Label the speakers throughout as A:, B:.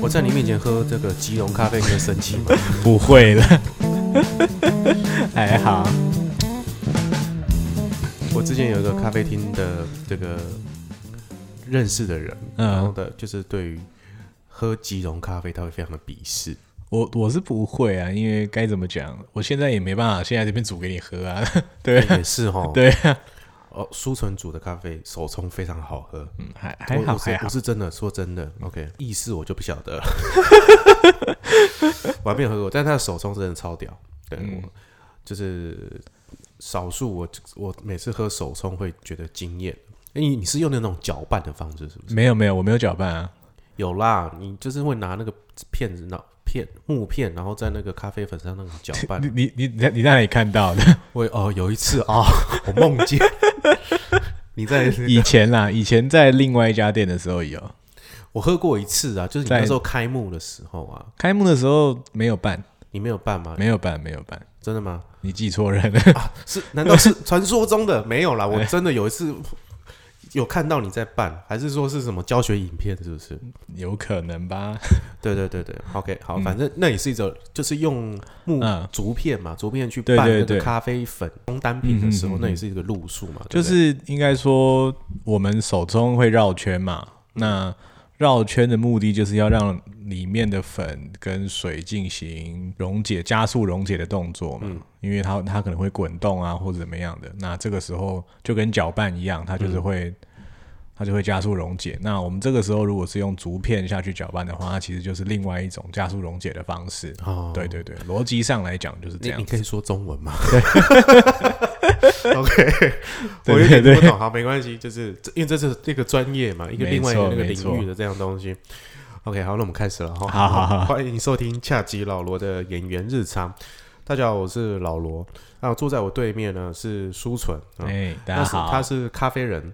A: 我在你面前喝这个吉隆咖啡，你会生气 吗？
B: 不会了，还好。
A: 我之前有一个咖啡厅的这个认识的人，然后
B: 嗯，
A: 的就是对于喝吉隆咖啡，他会非常的鄙视。
B: 我我是不会啊，因为该怎么讲，我现在也没办法，现在这边煮给你喝啊。 对
A: 也是哈，
B: 对啊，
A: 哦，苏纯煮的咖啡手冲非常好喝，
B: 嗯，还还
A: 我
B: 好
A: 我是
B: 还好嗯
A: 我。是真的说真的，OK，意式我就不晓得了， 我还没有喝过，但他的手冲真的超屌，对，
B: 嗯
A: 我就是少数我我每次喝手冲会觉得惊艳。哎你你是用那种搅拌的方式是不是？
B: 没有没有，我没有搅拌啊。
A: 有啦，你就是会拿那个片子，那片木片，然后在那个咖啡粉上那个搅拌
B: 你。你你你在你在哪里看到的？
A: 我哦，有一次啊、我梦见 你在
B: 以前啦，以前在另外一家店的时候有，
A: 我喝过一次啊，就是你
B: 在
A: 那时候开幕的时候啊，
B: 开幕的时候没有办，
A: 你没有办吗？
B: 没有办，没有办，
A: 真的吗？
B: 你记错人了。
A: 是？难道是 传说中的？没
B: 哎
A: 有啦，我真的有一次有看到你在办，还是说是什么教学影片？是不是？
B: 有可能吧？
A: 对对对对，OK，好，反正那也是一种，就是用木
B: 嗯
A: 竹片嘛，竹片去
B: 对
A: 拌
B: 对
A: 那个
B: 对
A: 咖啡粉中单品的时候，
B: 嗯嗯嗯
A: 那也是一个路数嘛，对
B: 就
A: 不对
B: 是应该说，我们手中会绕圈嘛。那绕圈的目的就是要让里面的粉跟水进行溶解、加速溶解的动作嘛，
A: 嗯
B: 因为它它可能会滚动啊，或者怎么样的。那这个时候就跟搅拌一样，它就是会、
A: 嗯
B: 它就会加速溶解。那我们这个时候如果是用竹片下去搅拌的话，它其实就是另外一种加速溶解的方式。
A: 哦，
B: 对对对，逻辑上来讲就是这
A: 你
B: 样
A: 你。可以说中文吗？对 ，OK，
B: 对
A: 我有点
B: 对
A: 听不懂，好，没关系，就是这因为这是这个专业嘛，一个
B: 没
A: 另外一个
B: 错
A: 那个
B: 没
A: 领域的这样东西。OK，好，那我们开始了哈。
B: 好好好
A: 欢迎收听恰吉老罗的演员日常。大家好，我是老罗。那坐在我对面呢是舒纯，啊
B: 哎、大
A: 那
B: 家
A: 是
B: 好，
A: 他是咖啡人，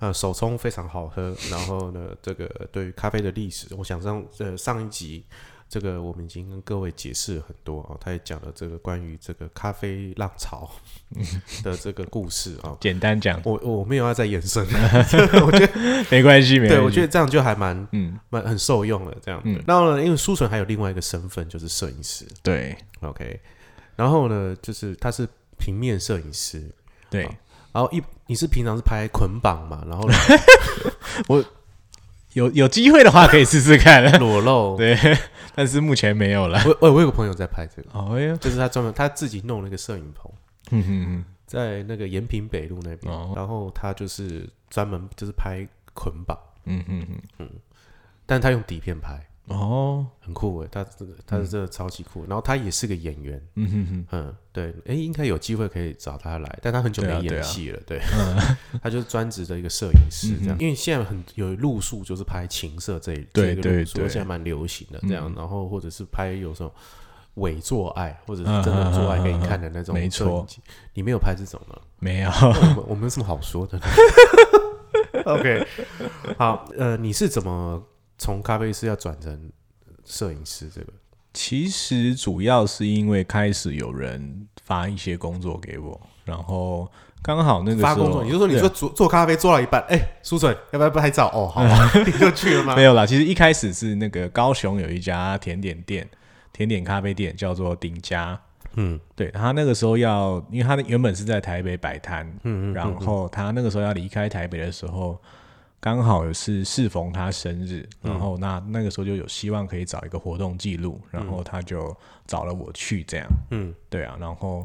A: 呃，手冲非常好喝。然后呢，这个对于咖啡的历史，我想上呃上一集这个我们已经跟各位解释了很多啊、哦，他也讲了这个关于这个咖啡浪 潮的这个故事啊、哦。
B: 简单讲，
A: 我我没有要再延伸，我觉得
B: 没关系，没关系。
A: 对我觉得这样就还蛮
B: 嗯，
A: 蛮很受用了。这样，然后呢，因为苏纯还有另外一个身份就是摄影师
B: 对
A: ，OK，然后呢，就是他是平面摄影师，
B: 对
A: 好，然后一你是平常是拍捆绑嘛，然后
B: 有有机会的话可以试试 看，
A: 裸露。
B: 对，但是目前没有了。
A: 我我我有个朋友在拍这个，
B: 哦呀，
A: 就是他专门他自己弄了一个摄影棚，
B: 嗯嗯
A: 在那个延平北路那边，
B: 哦
A: 然后他就是专门就是拍捆绑，
B: 嗯嗯嗯
A: 但他用底片拍，
B: 嗯，哦，
A: 很酷欸诶，他真的他是真的超级酷。然后他也是个演员，
B: 嗯哼哼，
A: 嗯，对，诶，应该有机会可以找他来，但他很久
B: 对啊
A: 没
B: 对
A: 演
B: 啊嗯
A: 戏了，对， 他就是专职的一个摄影师这样。因为现在很有路数，就是拍情色这一
B: 对
A: 这一个
B: 对
A: 路数，
B: 对嗯
A: 而且还蛮流行的这样。然后或者是拍有时候伪做爱，或者是
B: 嗯
A: 真的做
B: 嗯
A: 爱
B: 嗯
A: 给你
B: 嗯
A: 看的那种
B: 没
A: 摄影
B: 错
A: 机，你没有拍这种吗？
B: 没有。
A: 我们我们有什么好说 的呢 ？OK，好，呃，你是怎么从咖啡师要转成摄影师这个？
B: 其实主要是因为开始有人发一些工作给我，然后刚好那个时
A: 发
B: 候
A: 工作，你就说你
B: 哦对
A: 说做做咖啡做到一半，哎、苏准要不要拍照？ 哦，好、啊，你就去了吗
B: 没？有啦，其实一开始是那个高雄有一家甜点店，甜点咖啡店叫做顶家。
A: 嗯，
B: 对他那个时候要，因为他原本是在台北摆摊，嗯嗯然后他那个时候要离开台北的时候，刚好是适逢他生日，然后那那个时候就有希望可以找一个活动记录，然后他就找了我去这样，
A: 嗯，
B: 对啊，然后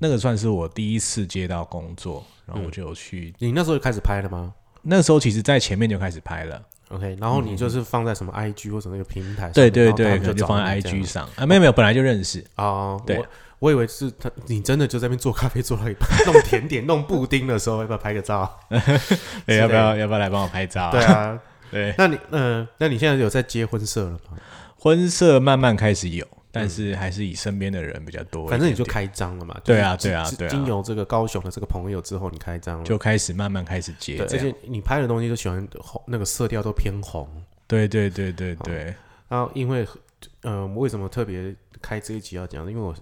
B: 那个算是我第一次接到工作，然后我就有去，
A: 你那时候就开始拍了吗
B: 那时候其实在前面就开始拍了，
A: ？OK，然后你就是放在什么 IG 或者那个平台上面，
B: 嗯对对
A: 然
B: 对，
A: 后他们
B: 可能就
A: 找
B: 放在
A: 你这样
B: IG 上啊，没有没有，本来就 认识，
A: 哦，
B: 对
A: 我，我以为是他，你真的就在那边做咖啡做到一半， 弄甜点、弄布丁的时候，要不要拍个 照？
B: 对，
A: 是
B: 要不要要不要来帮我拍照啊？
A: 对啊，
B: 对，
A: 那你，嗯、那你现在有在接婚社了吗？
B: 婚社慢慢开始有，但是还是以身边的人比较多一点点。
A: 嗯反正你就开张了嘛。
B: 对啊
A: 就是
B: 对啊
A: 经
B: 对啊
A: 经由这个高雄的这个朋友之后，你开张了。
B: 就开始慢慢开始接
A: 对，
B: 这
A: 而
B: 样。
A: 且你拍的东西就喜欢红，那个色调都偏红。
B: 对对对对对，
A: 然后因为，呃，为什么特别开这一集要讲？因为我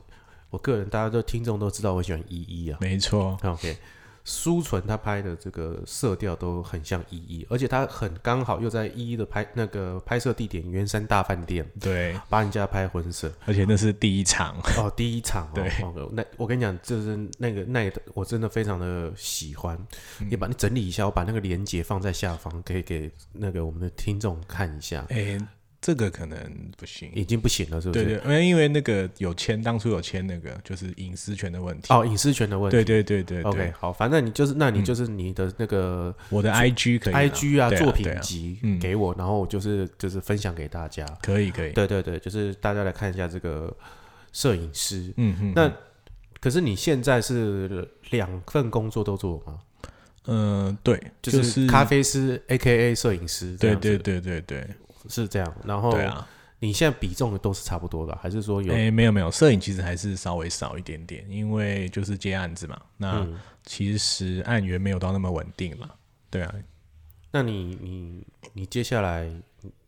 A: 我个人大家都听众都知道我喜欢依依啊。
B: 没错。
A: OK，苏纯他拍的这个色调都很像依依，而且他很刚好又在依依的拍那个拍摄地点圆山大饭店，
B: 对，
A: 把人家拍婚 摄。
B: 而且那是第 一场，
A: 哦，第一场哦，
B: 对
A: 哦那我跟你讲，就是那个那一我真的非常的喜欢。
B: 嗯
A: 你把你整理一下，我把那个链接放在下方，可以给那个我们的听众看一下。
B: 哎、这个可能不行。
A: 已经不行了，是不
B: 对
A: 是？
B: 对，因为因为那个有签，当初有签那个就是隐私权的问题。
A: 哦，隐私权的问题。
B: 对对对对对
A: OK，好，反正你就是，那你就是你的那个
B: 我的 IG 可以拿
A: IG 啊
B: 对
A: 作品
B: 对啊
A: 集给我，然后我就是就是分享给大家。
B: 可以可以，
A: 对对对，就是大家来看一下这个摄影师。
B: 嗯嗯，
A: 那可是你现在是两份工作都做吗？
B: 嗯对，
A: 就是咖啡师 A K A 摄影师，
B: 对对，对对对
A: 是这样。然后
B: 对啊，
A: 你现在比重都是差不多的，还是说哦有？
B: 哎没有没有，摄影其实还是稍微少一点点，因为就是接案子嘛，那
A: 嗯，
B: 其实案源没有到那么稳定嘛，对啊，
A: 那你你你接下来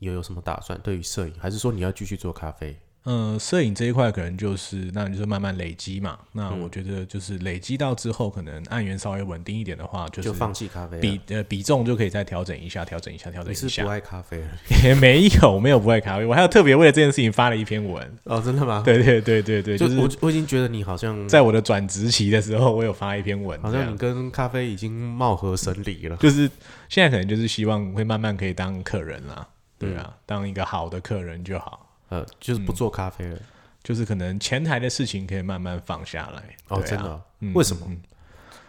A: 有有什么打算？对于摄影，还是说你要继续做咖啡？
B: 嗯，摄影这一块可能就是，那你就是慢慢累积嘛。那
A: 嗯
B: 我觉得就是累积到之后，可能案源稍微稳定一点的话，就是
A: 就放弃咖啡了？啊
B: 比呃比重就可以再调整一下，调整一下，调整
A: 你
B: 一
A: 是不
B: 下。
A: 爱咖啡了
B: 也没有没有不会咖啡，我还有特别为了这件事情发了一篇文。
A: 哦，真的吗？，
B: 对对对对对，
A: 就
B: 就
A: 我、
B: 是
A: 我已经觉得你好像
B: 在我啊的转职期的时候，我有发一篇文，
A: 好
B: 这
A: 像
B: 样
A: 你跟咖啡已经貌合神离了。
B: 就是现在可能就是希望会慢慢可以当客人啦，
A: 嗯
B: 对啊，当一个好的客人就好。
A: 呃，就是
B: 嗯
A: 不做咖啡了。
B: 就是可能前台的事情可以慢慢放下来。
A: 哦，
B: 对啊
A: 真的哦、
B: 嗯
A: 为什么？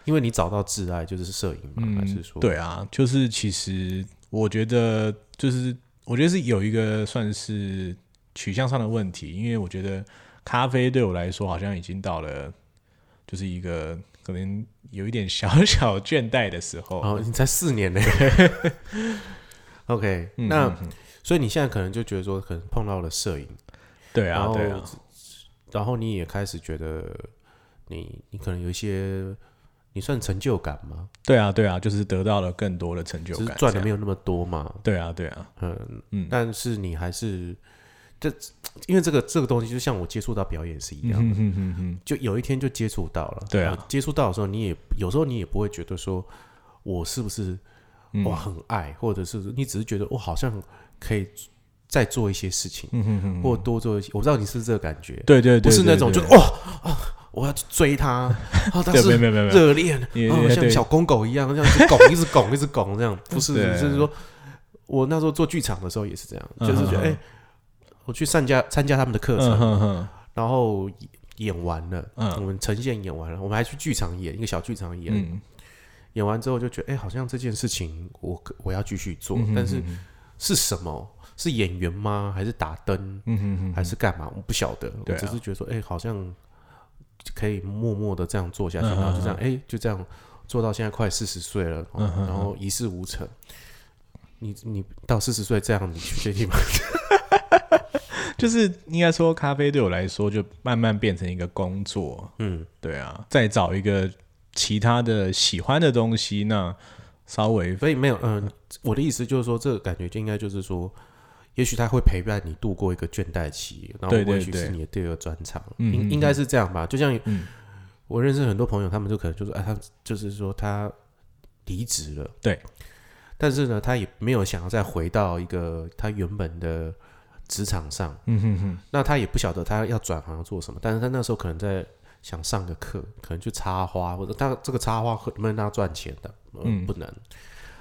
A: 因为你找到挚爱就是摄影嘛，还是说？
B: 对啊，就是其实我觉得，就是我觉得是有一个算是取向上的问题，因为我觉得咖啡对我来说好像已经到了就是一个可能有一点小小倦怠的时候。
A: 哦，你才四年呢。OK，、那、
B: 嗯
A: 所以你现在可能就觉得说，可能碰到了摄影，
B: 对
A: 然
B: 啊，
A: 后
B: 对啊，
A: 然后你也开始觉得你你可能有一些，你算成就感吗？
B: 对啊，对啊，就是得到了更多的成就
A: 只是
B: 感，
A: 赚的没
B: 有？
A: 有那么多嘛，
B: 对啊，对啊，
A: 嗯
B: 嗯
A: 但是你还是这，因为这个这个东西，就像我接触到表演是一
B: 嗯
A: 样的，
B: 哼哼哼哼，
A: 就有一天就接触到了，
B: 对啊
A: 然后接触到的时候，你也有时候你也不会觉得说我是不是
B: 嗯
A: 哇，很爱，或者是你只是觉得我好像可以再做一些事情，
B: 嗯哼哼，
A: 或多做一些。我不知道你是不是这个感觉，
B: 对对对，
A: 不是那
B: 对
A: 种
B: 对
A: 就是哇啊，我要去追他， 啊，他
B: 对，没有
A: 是
B: 没有没有没有，
A: 热恋，
B: 也
A: 啊
B: 也
A: 像
B: 对
A: 小公狗一样， 这样子拱，一直拱，一直拱，这样 不是，
B: 对
A: 就是说我那时候做剧场的时候也是这样，就是觉得
B: 嗯哼
A: 哎、我去参加参加他们的课程，
B: 嗯哼哼，
A: 然后演演完了，
B: 嗯
A: 我们呈现演完了，我们还去剧场演一个小剧场演，
B: 嗯，
A: 演完之后就觉得，哎、好像这件事情我可我要继续做，
B: 嗯哼
A: 但是
B: 哼哼
A: 是什么？是演员吗？还是打灯？
B: 嗯哼哼，
A: 还是干嘛？我不晓得，我
B: 对啊
A: 只是觉得说，哎、好像可以默默的这样做下去，
B: 嗯嗯嗯
A: 然后就这样，哎、就这样做到现在快四十岁了，哦
B: 嗯嗯嗯
A: 然后一事无成。你你到四十岁这样，你去确定吗？
B: 就是应该说，咖啡对我来说就慢慢变成一个工作，
A: 嗯，
B: 对啊，再找一个其他的喜欢的东西，那稍微
A: 所以没有，嗯、我的意思就是说，这个感觉就应该就是说，也许他会陪伴你度过一个倦怠期，然后
B: 对对
A: 或许
B: 对
A: 是你的第二专场，
B: 嗯嗯
A: 应
B: 嗯
A: 应该是这样吧？就像
B: 嗯
A: 我认识很多朋友，他们就可能就是啊，他就是说他离职了，
B: 对，
A: 但是呢，他也没有想要再回到一个他原本的职场上，
B: 嗯哼哼，
A: 那他也不晓得他要转行做什么，但是他那时候可能在想上个课，可能去插花，或者他这个插花能不能让他赚钱的，呃
B: 嗯
A: 不能，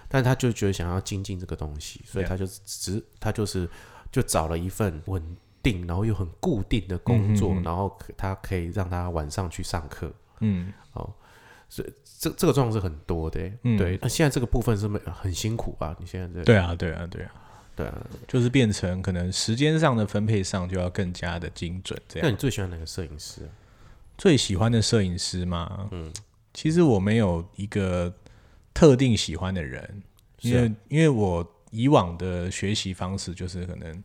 A: 但他就觉得想要精进这个东西，所以
B: 对
A: 他就只他就是就找了一份稳定，然后又很固定的工作，
B: 嗯哼哼
A: 然后可他可以让他晚上去上课，
B: 嗯，
A: 哦，所以这这个状况是很多的欸、
B: 嗯
A: 对。那现在这个部分是没很辛苦吧？你现在这
B: 对啊，对啊，对啊，
A: 对啊，
B: 就是变成可能时间上的分配上就要更加的精准，这
A: 那
B: 样。
A: 你最喜欢哪个摄影师啊、
B: 最喜欢的摄影师嘛，
A: 嗯
B: 嗯，其实我没有一个特定喜欢的人，因
A: 是啊
B: 为因为我以往的学习方式就是可能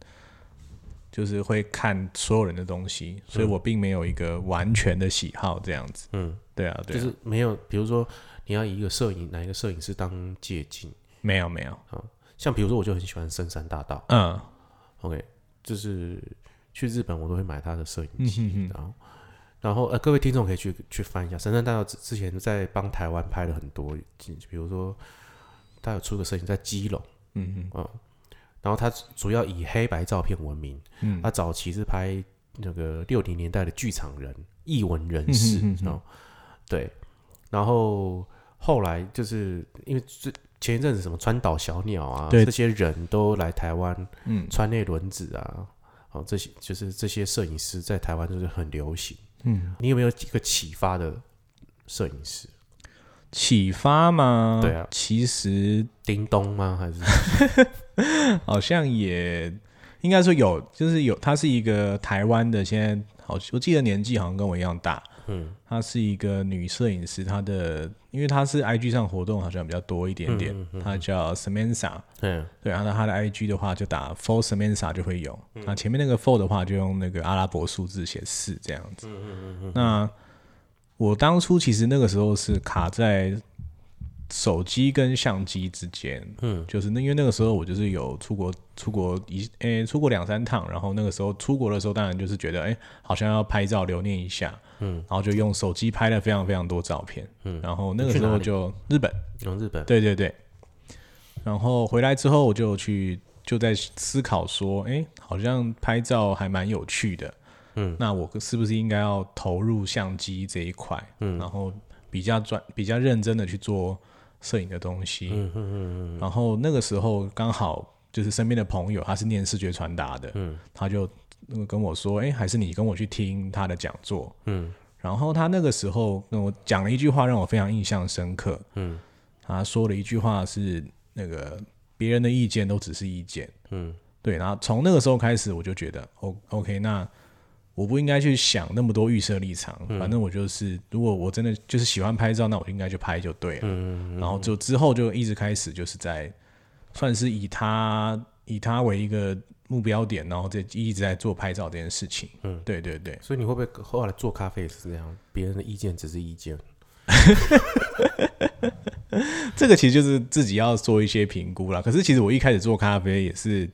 B: 就是会看所有人的东西，所以我并没有一个完全的喜好这样子。
A: 嗯，
B: 对啊，对
A: 就
B: 啊，
A: 是没有，比如说你要以一个摄影哪一个摄影师当借镜，
B: 没有没有，
A: 像比如说我就很喜欢深山大道
B: 嗯
A: ，OK，就是去日本我都会买他的摄影
B: 嗯
A: 机，
B: 哼哼
A: 然后然后呃，各位听众可以去去翻一下，神探大道之之前在帮台湾拍了很多，比如说他有出个摄影在基隆，
B: 嗯
A: 嗯，然后他主要以黑白照片闻名，
B: 嗯
A: 他早期是拍那个六零年代的剧场人、艺文人士
B: 嗯哼嗯哼
A: 哦，对，然后后来就是因为这前一阵子什么川岛小鸟啊，
B: 对
A: 这些人都来台湾，
B: 嗯
A: 川内轮子啊，哦，这些就是这些摄影师在台湾就是很流行。
B: 嗯，
A: 你有没有几个启发的摄影师？
B: 启发吗？
A: 对啊
B: 其实
A: 叮咚吗？还是
B: 好像也应该说有，就是有，他是一个台湾的，现在好，我记得年纪好像跟我一样大。
A: 嗯
B: 她是一个女摄影师，她的因为她是 IG 上活动好像比较多一点点，她叫 Samantha，
A: 嗯
B: 对，然后她的 IG 的话就打 For Samantha 就会有，
A: 嗯
B: 那、前面那个 For 的话就用那个阿拉伯数字写四这样
A: 嗯
B: 子。那我当初其实那个时候是卡在手机跟相机之间，
A: 嗯
B: 就是那因为那个时候我就是有出国出国一诶、出国两三趟，然后那个时候出国的时候当然就是觉得诶、好像要拍照留念一下，
A: 嗯，
B: 然后就用手机拍了非常非常多照片，
A: 嗯
B: 然后那个
A: 你去
B: 时
A: 哪
B: 候
A: 里
B: 就日本，
A: 从日本
B: 对对对，然后回来之后我就去就在思考说，诶，好像拍照还蛮有趣的，
A: 嗯，
B: 那我是不是应该要投入相机这一块，
A: 嗯
B: 然后比较专比较认真的去做摄影的东西，
A: 嗯嗯嗯
B: 然后那个时候刚好就是身边的朋友，他是念视觉传达的，
A: 嗯
B: 他就呃跟我说，哎、还是你跟我去听他的讲座。
A: 嗯
B: 然后他那个时候跟我讲了一句话，让我非常印象深刻。
A: 嗯
B: 他说了一句话是那个别人的意见都只是意见，
A: 嗯
B: 对。然后从那个时候开始，我就觉得，O OK，那我不应该去想那么多预设立场，
A: 嗯
B: 反正我就是，如果我真的就是喜欢拍照，那我就应该去拍就对了。
A: 嗯
B: 然后就之后就一直开始就是在算是以他以他为一个目标点，然后这一直在做拍照这件事情。
A: 嗯
B: 嗯，对对对，
A: 所以你会不会后来做咖啡也是这样？别人的意见只是意见，
B: 这个其实就是自己要做一些评估啦。可是其实我一开始做咖啡也是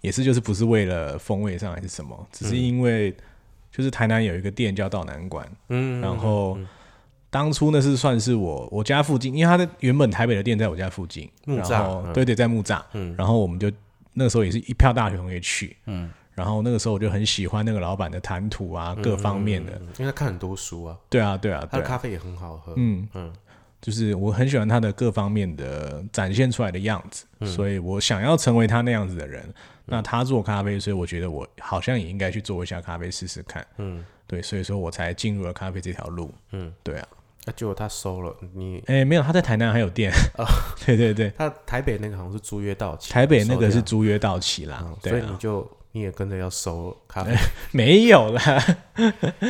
B: 也是就是不是为了风味上还是什么，只是因为就是台南有一个店叫道南馆，
A: 嗯
B: 然后。当初那是算是我我家附近，因为他的原本台北的店在我家附近，
A: 木栅
B: 然后
A: 嗯
B: 对对，在木栅，
A: 嗯
B: 然后我们就那时候也是一票大学同学去，嗯，然后那个时候我就很喜欢那个老板的谈吐啊，各方面的，
A: 嗯因为他看很多书啊，
B: 对啊，对啊，
A: 他
B: 对
A: 的
B: 啊，
A: 咖啡也很好喝，
B: 嗯
A: 嗯
B: 就是我很喜欢他的各方面的展现出来的样子，所以我想要成为他那样子的人。那他做咖啡，所以我觉得我好像也应该去做一下咖啡试试看，
A: 嗯，
B: 对，所以说我才进入了咖啡这条路，
A: 嗯
B: 嗯，对啊，
A: 那结果他收了你，
B: 哎，没有，他在台南还有店，对对对，
A: 他台北那个好像是租约到期，
B: 台北那个
A: 收
B: 是
A: 掉
B: 租约到期啦
A: 嗯，所
B: 对
A: 以你
B: 啊，
A: 就你也跟着要收咖啡，
B: 没有啦，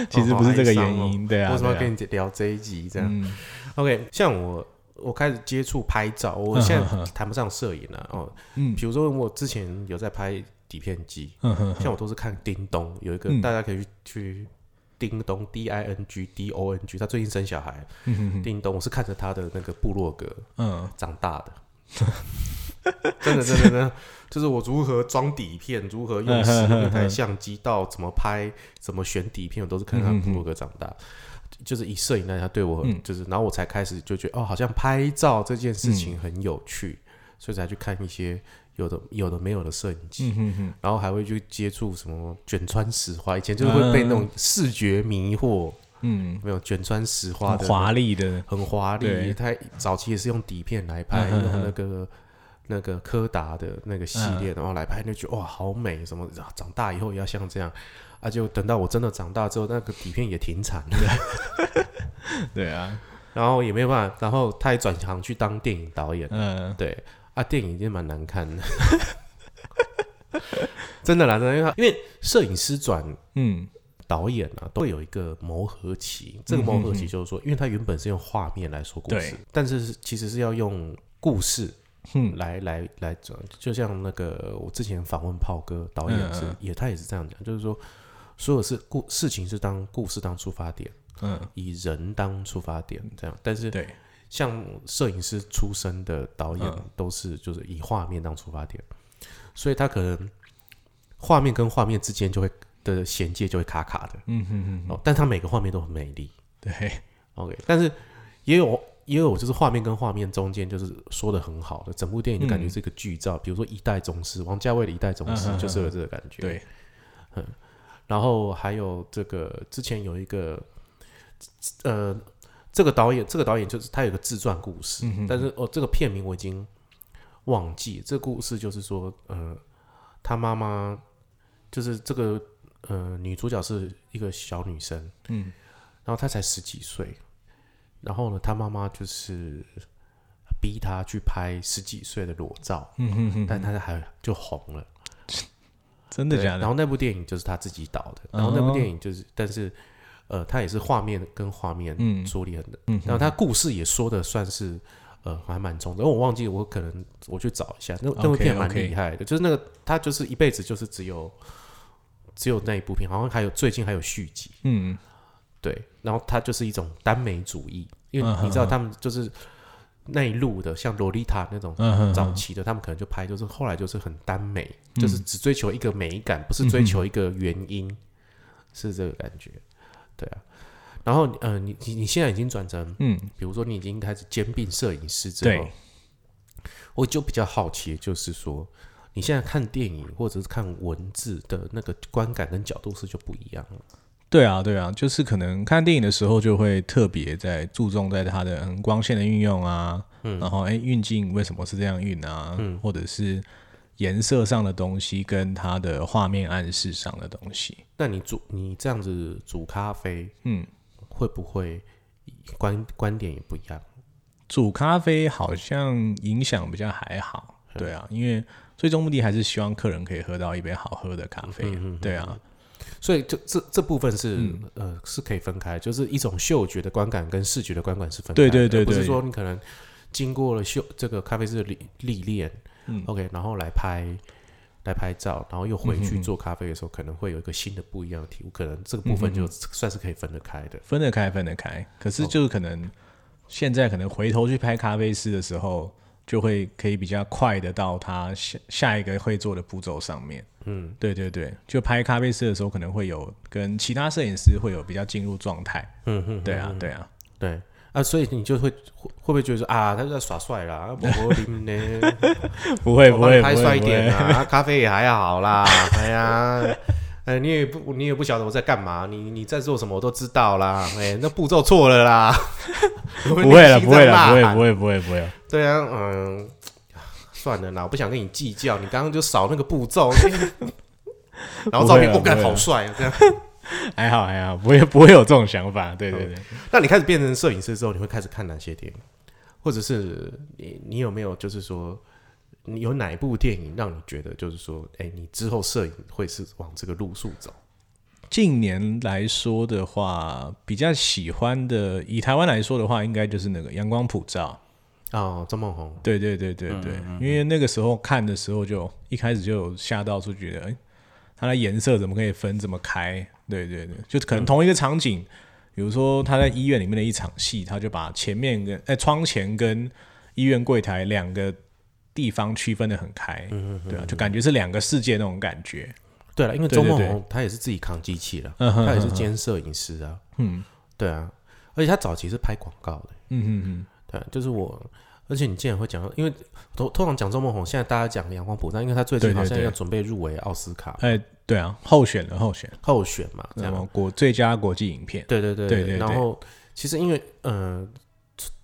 B: 其实不是这个
A: 好哀
B: 原
A: 伤哦
B: 因，对啊，
A: 为什么要
B: 对啊
A: 跟你聊这一集这样？
B: 嗯
A: OK，像我我开始接触拍照，我现在谈不上摄影了、哦。
B: 嗯
A: 比如说我之前有在拍底片机，
B: 嗯哼
A: 像我都是看叮咚，有一个、
B: 嗯
A: 大家可以去去叮咚 D I N G D O N G，他最近生小孩，
B: 嗯哼哼
A: 叮咚，我是看着他的那个部落格
B: 嗯，
A: 长大的。 真的，真的，真的，就是我如何装底片，如何用十五台相机到怎么拍，怎么选底片，我都是看他部落格长大。就是以摄影来讲，他对我
B: 嗯
A: 就是，然后我才开始就觉得哦，好像拍照这件事情很有趣，所以才去看一些有的有的没有的摄影机，
B: 嗯哼哼，
A: 然后还会去接触什么卷川石花，以前就是会被那种视觉迷惑，
B: 嗯，
A: 没有卷川石花
B: 很
A: 的
B: 华丽的，
A: 很华丽。
B: 对
A: 它早期也是用底片来拍，
B: 嗯嗯
A: 用
B: 嗯
A: 那个那个柯达的那个系列，然后来拍，就觉得哇好美，什么啊长大以后也要像这样。啊，就等到我真的长大之后，那个底片也停产了，
B: 对啊，
A: 然后也没有办法，然后他也转行去当电影导演。
B: 嗯，
A: 对啊，电影已经蛮难看的， 真的啦，真的，因为他因为摄影师转
B: 嗯，
A: 导演啊，都会有一个磨合期。这个磨合期就是说，因为他原本是用画面来说故事
B: 嗯对，
A: 但是是其实是要用故事
B: 嗯
A: 来来来转。就像那个我之前访问炮哥导演是
B: 嗯嗯嗯
A: 也他也是这样讲，就是说所有事故事情是当故事当出发点，
B: 嗯，
A: 以人当出发点这样。但是
B: 对，
A: 像摄影师出身的导演
B: 嗯
A: 都是就是以画面当出发点，所以他可能画面跟画面之间就会的衔接就会卡卡的
B: 嗯哼哼，
A: 哦，但它每个画面都很美丽。
B: 对，
A: OK，但是也有也有就是画面跟画面中间就是说的很好的，整部电影就感觉是一个剧照，比如说《一代宗师》，王家卫的《一代宗师
B: 嗯嗯哼》
A: 就是有这个感觉。
B: 对，
A: 然后还有这个之前有一个，呃，这个导演这个导演就是他有个自传故
B: 嗯
A: 事，但是哦，这个片名我已经忘记。这个故事就是说，呃，他妈妈就是这个呃女主角是一个小女生，嗯，然后她才十几岁，然后呢，她妈妈就是逼她去拍十几岁的裸照，
B: 嗯哼哼，
A: 但她还就红了。
B: 真的
A: 对
B: 假
A: 然
B: 的？嗯
A: 后那部电影就是他自己导的，然后那部电影就是，但是呃，他也是画面跟画面
B: 嗯
A: 着力很的，
B: 嗯
A: 然后他故事也说的算是呃还蛮充分，我忘记我可能我去找一下，那那部
B: OK，
A: 片蛮
B: OK
A: 厉害的就是那个他就是一辈子就是只有只有那一部片，好像还有最近还有续集，
B: 嗯，
A: 对，然后他就是一种耽美主义，因为
B: 嗯
A: 你知道
B: 哼
A: 他们就是那一路的，像洛丽塔那种
B: 嗯哼，
A: 早期的，他们可能就拍，就是后来就是很耽美，就是只追求一个美感，不是
B: 嗯
A: 追求一个原因，是这个感觉，对啊。然后，呃，你你你现在已经转成，
B: 嗯，
A: 比如说你已经开始兼并摄影师之后
B: 对，
A: 我就比较好奇，就是说你现在看电影或者是看文字的那个观感跟角度是就不一样了，
B: 对啊，对啊，就是可能看电影的时候就会特别在注重在它的嗯光线的运用啊，
A: 嗯
B: 然后哎运镜为什么是这样运啊，或者是颜色上的东西跟它的画面暗示上的东西，
A: 那你煮你这样子煮咖啡，
B: 嗯，
A: 会不会观观点也不一样？
B: 煮咖啡好像影响比较还好，
A: 嗯
B: 对啊，因为最终目的还是希望客人可以喝到一杯好喝的咖
A: 嗯
B: 啡，对啊，
A: 所以就这这部分是、
B: 嗯
A: 呃是可以分开，就是一种嗅觉的观感跟视觉的观感是分开的，
B: 对对对
A: 而不是
B: 对
A: 说你可能经过了嗅这个咖啡师的历历练、o
B: 嗯
A: k 然后来拍来拍照，然后又回
B: 嗯
A: 去做咖啡的时候，可能会有一个新的不一样的体悟，可能这个
B: 嗯
A: 部分就算是可以分得开的。
B: 分得开，分得开。可是就是可能现在可能回头去拍咖啡师的时候，就会可以比较快的到他下下一个会做的步骤上面。嗯，对对对，就拍咖啡师的时候可能会有跟其他摄影师会有比较进入状态。
A: 嗯哼，
B: 对啊，对啊，
A: 对啊，所以你就会会会不会觉得说啊，他就在耍帅啦，啊，我 林呢？
B: 哎不会
A: 我
B: 不
A: 帮你
B: 会
A: 拍
B: 不
A: 帅
B: 会
A: 一
B: 不
A: 点
B: 会，
A: 啊，啊咖啡也还好啦，哎呀，哎，你也不你也不晓得我在干嘛，你你在做什么我都知道啦，哎，那步骤错了啦，不
B: 不会了不会了不会不会不会不 会。
A: 对啊，嗯，算了啦，我不想跟你计较，你刚刚就少那个步骤， 然后照片
B: 不
A: 我
B: 会啦
A: 感
B: 不会啦
A: 好帅啊，这样。
B: 还好还好，不会 不会有这种想法，对对对，
A: 那你开始变成摄影师之后，你会开始看哪些电影？或者是你你有没有就是说，你有哪一部电影让你觉得就是说，哎、你之后摄影会是往这个路数走？
B: 近年来说的话，比较喜欢的，以台湾来说的话，应该就是那个《阳光普照》。
A: 哦，张梦红，
B: 对对对对对，因为那个时候看的时候就一开始就有吓到，说觉得哎、它的颜色怎么可以分这么开？对对对，就可能同一个场景，比如说他在医院里面的一场戏，他就把前面跟哎、窗前跟医院柜台两个地方区分的很开，对啊，就感觉是两个世界那种感觉。
A: 对了，因为
B: 对
A: 周梦
B: 对
A: 红她也是自己扛机器了，
B: 嗯哼
A: 她也是兼摄影师啊，
B: 嗯
A: 对啊，而且她早期是拍广告的，
B: 嗯嗯嗯，
A: 对啊、就是我，而且你竟然会讲到，因为通通常讲周梦红，现在大家讲阳光普照，因为她最近
B: 对对
A: 好像
B: 对
A: 要准备入围奥斯卡
B: 哎、对啊，候选了候选，
A: 候选嘛，这
B: 那
A: 样
B: 么国最佳国际影片，
A: 对对对
B: 对对
A: 然
B: 对
A: 后其实因为呃，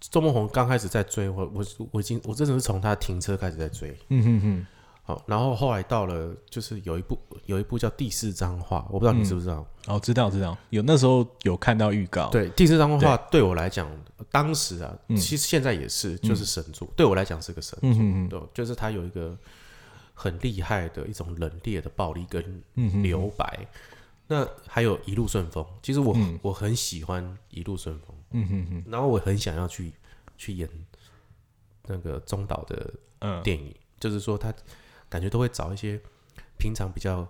A: 周梦红刚开始在追我，我我已经我真的是从他停车开始在追。
B: 嗯哼哼，
A: 好，然后后来到了就是有一部有一部叫《第四张画》，我不知道你知不知道。
B: 哦，知道知道，有那时候有看到预告，
A: 嗯对，《第四张画》对我来讲，当时啊，其实现在也是，就是神作。对我来讲是个神
B: 嗯
A: 作，对，就是它有一个很厉害的一种冷冽的暴力跟留白。那还有一路顺风，其实我、我很喜欢一路顺风，嗯哼哼，然后我很想要去去演那个中岛的
B: 嗯
A: 电影，就是说他感觉都会找一些平常比较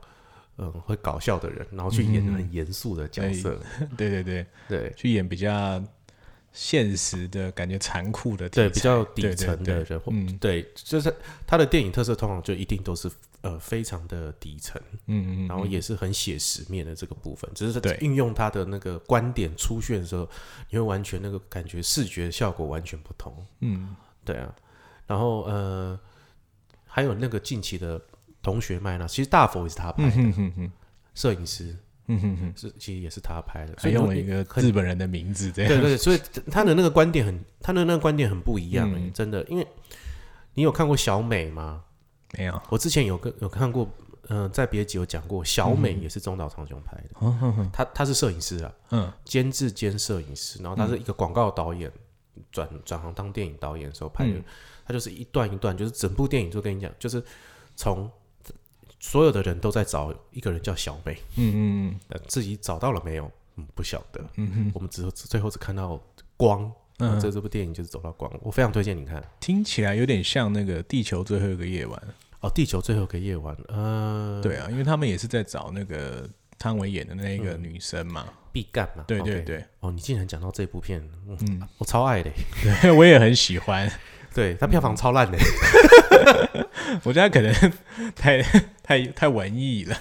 A: 嗯会搞
B: 哎
A: 笑的人，然后去演很严肃的角色，
B: 对对对，
A: 对，
B: 去演比较现实的感觉残酷的题
A: 对
B: 材，
A: 比较底层
B: 对
A: 的
B: 对
A: 人，或
B: 嗯
A: 对，就是他的电影特色通常就一定都是呃非常的底层，
B: 嗯嗯，
A: 然后也是很写实面的这个部分，只是
B: 对
A: 他运用他的那个观点出现的时候，你会完全那个感觉视觉效果完全不同。
B: 嗯
A: 对啊，然后呃，还有那个近期的同学麦娜，其实大佛也是他拍
B: 嗯
A: 的，
B: 哼哼哼
A: 摄影师
B: 嗯哼哼，
A: 是其实也是他拍的，
B: 还
A: 所以如
B: 用
A: 果
B: 了一
A: 你
B: 个
A: 很
B: 日本人的名字这样，
A: 对对，所以他的那个观点很，他的那个观点很不一样、欸
B: 嗯
A: 真的。因为你有看过小美吗？
B: 没有，
A: 我之前有跟有看过，嗯、在别集有讲过，小美也是中岛长雄拍的，他他是摄影师啊，
B: 嗯
A: 监制兼摄影师，然后他是一个广告导演，转转行当电影导演的时候拍的，
B: 嗯
A: 他就是一段一段，就是整部电影就跟你讲，就是从所有的人都在找一个人叫小美，
B: 嗯嗯
A: 但自己找到了没有？嗯，不晓得，
B: 嗯哼，
A: 我们只最后只看到光。
B: 嗯
A: 嗯，这这部电影就是走到光，我非常推荐你看
B: 听起来有点像那个《地球最后一个夜晚
A: 哦，《地球最后一个夜晚》呃，》，
B: 对啊，因为他们也是在找那个汤唯演的那一个女生嘛，
A: 必干嘛？
B: 对对
A: 嗯 OK
B: 对，
A: 哦，你竟然讲到这部片，嗯，
B: 嗯，
A: 我超爱的，
B: 对我也很喜欢，
A: 对，它
B: 嗯
A: 票房超烂的，
B: 我觉得他可能太太太文艺了，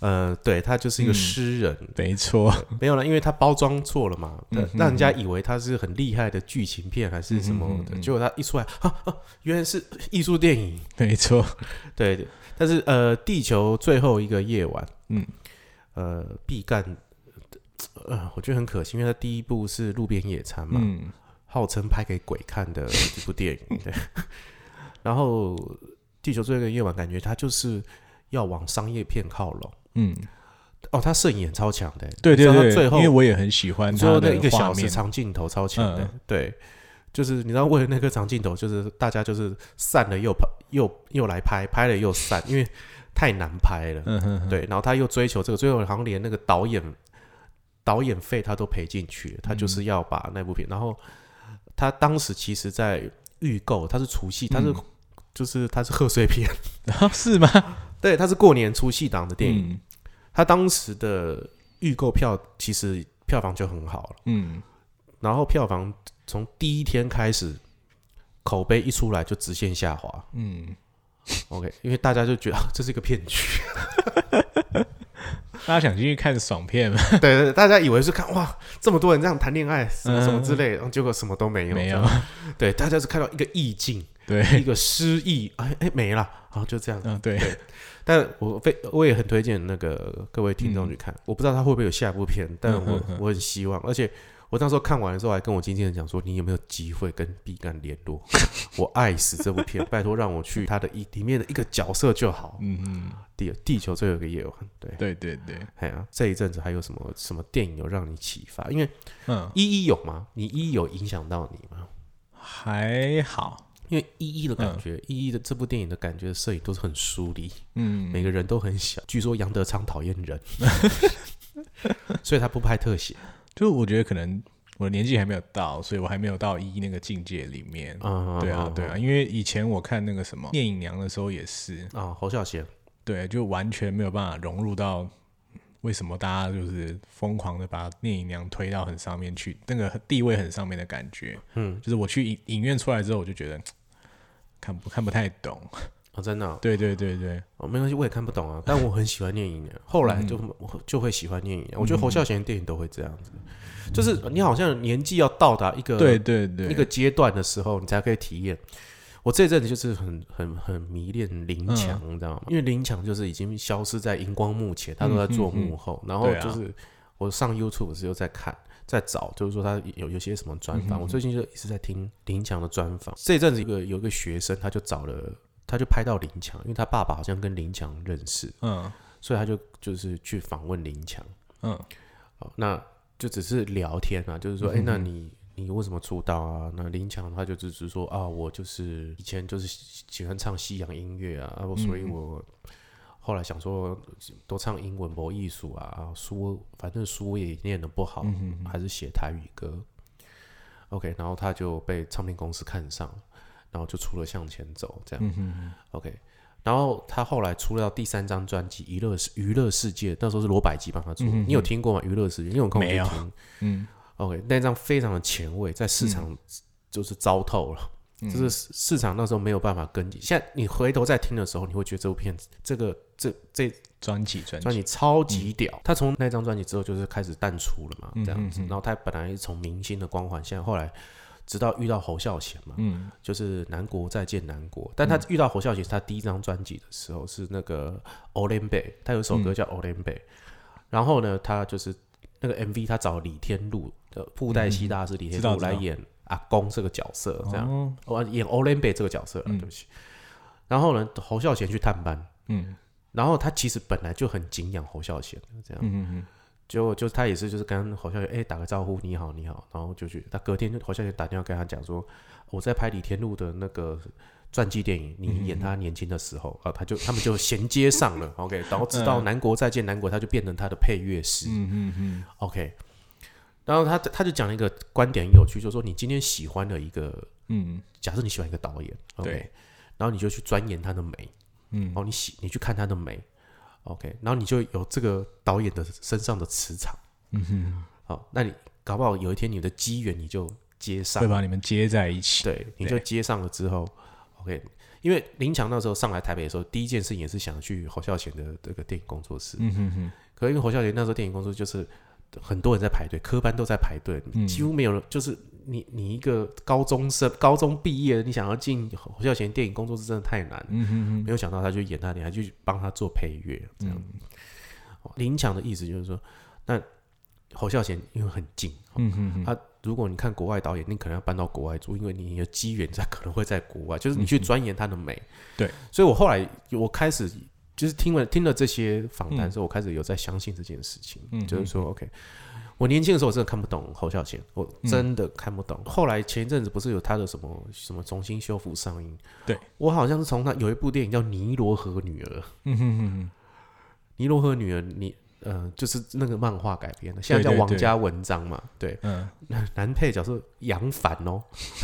A: 呃，对，他就是一个
B: 嗯
A: 诗人，
B: 没错，
A: 没有了，因为他包装错了嘛，
B: 嗯
A: 呃让人家以为他是很厉害的剧情片还是什么
B: 嗯嗯嗯
A: 的，
B: 嗯
A: 结果他一出来，啊啊，原来是艺术电影，
B: 没错，
A: 对，对但是呃，地球最后一个夜晚，
B: 嗯，
A: 呃，毕赣，呃，我觉得很可惜，因为他第一部是路边野餐嘛，
B: 嗯
A: 号称拍给鬼看 的一部电影。对， 然后《地球最后一个夜晚》感觉它就是要往商业片靠拢。
B: 嗯，
A: 哦，他摄影也超强的，
B: 对对
A: 你知道
B: 对，
A: 他最后
B: 因为我也很喜欢
A: 最
B: 他
A: 后
B: 的
A: 那一个
B: 画
A: 小时
B: 面，
A: 长镜头超强的，
B: 嗯
A: 对，就是你知道为了那个长镜头，就是大家就是散了又拍又又来拍，拍了又散，因为太难拍了，
B: 嗯哼哼，
A: 对，然后他又追求这个，最后好像连那个导演导演费他都赔进去了，他就是要把那部片，然后他当时其实在预购，他是除夕，他是、
B: 嗯
A: 就是他是贺岁片，
B: 啊是吗？
A: 对，他是过年除夕档的电影，
B: 嗯
A: 他当时的预购票其实票房就很好了。
B: 嗯，
A: 然后票房从第一天开始，口碑一出来就直线下滑。
B: 嗯，
A: OK，因为大家就觉得、啊、这是一个骗局，
B: 大家想进去看爽片吗？
A: 对 对，对大家以为是看哇这么多人这样谈恋爱什么什么之类的，然后结果什么都没有，
B: 没
A: 这
B: 有
A: 样，对，大家是看到一个意 境，
B: 对，
A: 一个诗意，哎哎没了，然后就这样。
B: 嗯对，
A: 但我非我也很推荐那个各位听众去看，我不知道他会不会有下一部片，但
B: 嗯
A: 我、
B: 哼哼
A: 我很希望，而且。我那时候看完的时候，还跟我经纪人讲说：“你有没有机会跟毕赣联络？ 我爱死这部片，拜托让我去他的一里面的一个角色就好。
B: 嗯嗯，
A: 地地球最后一个夜晚，对，
B: 对对对，
A: 哎呀、这一阵子还有什么什么电影有让你启发？因为
B: 嗯，
A: 一一有吗？你一一有影响到你吗？
B: 还好，
A: 因为一一的感觉，一一的这部电影的感觉，摄影都是很疏离，
B: 嗯
A: 每个人都很小。据说杨德昌讨厌 人，所以他不拍特 写
B: 就我觉得可能我的年纪还没有到，所以我还没有到一那个境界里面。
A: 啊
B: 对啊，对啊，因为以前我看那个什么《聂隐娘》的时候也是，
A: 啊，侯孝贤，
B: 对，就完全没有办法融入到为什么大家就是疯狂的把聂隐娘推到很上面去，那个地位很上面的感觉。
A: 嗯，
B: 就是我去影影院出来之后，我就觉得看不看不太懂。
A: 哦，真的哦、
B: 对对对对，
A: 哦，没关系，我也看不懂 啊，但我很喜欢聂隐娘，后来就、我就会喜欢聂隐娘。我觉得侯孝贤的电影都会这样子，就是你好像年纪要到达一个
B: 对对对，
A: 一呃个阶段的时候，你才可以体验。我这阵子就是很很很迷恋林强，
B: 嗯
A: 你知道吗？因为林强就是已经消失在荧光幕前，他都在做幕后。然后
B: 对啊
A: 就是我上 YouTube 是又在看，在找，就是说他有有些什么专
B: 嗯
A: 访。我最近就一直在听林强的专访。这阵子有一个有一个学生，他就找了，他就拍到林强，因为他爸爸好像跟林强认识，
B: 嗯
A: 所以他就就是去访问林强。
B: 嗯
A: 好，那就只是聊天啊，就是说，哎、那你你为什么出道啊？那林强他就只是说啊，我就是以前就是喜喜欢唱西洋音乐啊，啊我所以我后来想说多唱英文博艺术啊，啊书反正书也念的不好，还是写台语歌。OK，然后他就被唱片公司看上，然后就出了《向前走》这样。OK，然后他后来出了第三张专辑《
B: 嗯
A: 娱乐世娱乐世界》，那时候是罗百吉帮他出。你有听过吗？《娱乐世界》，你有空去
B: 没有
A: 听。
B: 嗯
A: OK，那张非常的前卫，在市场就是糟透了，
B: 嗯
A: 就是市市场那时候没有办法跟进。现在你回头再听的时候，你会觉得这部片子这个这这
B: 专辑专
A: 专
B: 辑，
A: 辑超级屌。他从那张专辑之后就是开始淡出了嘛，这样子。
B: 嗯嗯嗯嗯
A: 然后他本来是从明星的光环，现在后来直到遇到侯孝贤嘛，
B: 嗯，
A: 就是南国再见南国。但他遇到侯孝贤，他第一张专辑的时候是那个《Olimbe》，他有一首歌
B: 嗯
A: 叫《Olimbe》，然后呢，他就是那个 MV，他找李天禄的布袋戏大师李天
B: 嗯知道
A: 禄
B: 知道
A: 来演阿公这个角色，这样
B: 哦
A: 哦演 Olimbe 这个角色，对不起。然后呢，侯孝贤去探班，
B: 嗯
A: 然后他其实本来就很敬仰侯孝贤，这样，
B: 嗯嗯
A: 结果就他也是就是跟侯孝贤哎、打个招呼，你好你好，然后就去，他隔天就侯孝贤打电话跟他讲说，我在拍李天禄的那个传记电影，你演他年轻的时候啊、他就他们就衔接上了，OK，然后直到南国再见南国，他就变成他的配乐师、
B: 嗯嗯嗯
A: o k 然后他他就讲了一个观点很有趣，就是说你今天喜欢的一个
B: 嗯
A: 假设你喜欢一个导演，OK，
B: 对
A: 然后你就去钻研他的美，
B: 嗯
A: 哦，你喜你去看他的美，OK，然后你就有这个导演的身上的磁场，
B: 嗯哼，
A: 好、那你搞不好有一天你的机缘你就接上
B: 会，把你们接在一起，
A: 对，你就接上了之后，OK，因为林强那时候上来台北的时候，第一件事情也是想去侯孝贤的这个电影工作室，
B: 嗯哼哼，
A: 可因为侯孝贤那时候电影公司就是很多人在排队，科班都在排队，
B: 嗯
A: 几乎没有人。就是你你一个高中生，高中毕业的，你想要进侯孝贤电影工作室，真的太难了。
B: 嗯哼嗯哼，
A: 没有想到他去演他，你还去帮他做配乐，这样。哦林强的意思就是说，那侯孝贤因为很近，
B: 嗯哼哼，
A: 他如果你看国外导演，你可能要搬到国外住，因为你的机缘在可能会在国外，就是你去钻研他的美。
B: 对，
A: 所以我后来我开始就是听了听了这些访谈之后，我开始有在相信这件事情，
B: 嗯
A: 就是说，OK，我年轻的时候我真的看不懂侯孝贤，我真的看不懂。
B: 嗯
A: 后来前一阵子不是有他的什么什么重新修复上映，
B: 对
A: 我好像是从他有一部电影叫《尼罗河女儿》，
B: 嗯哼哼，
A: 尼罗河女儿，你呃，就是那个漫画改编的，现在
B: 对
A: 叫
B: 对
A: 王
B: 对
A: 家文章嘛，对，
B: 嗯，
A: 男配角是杨凡哦，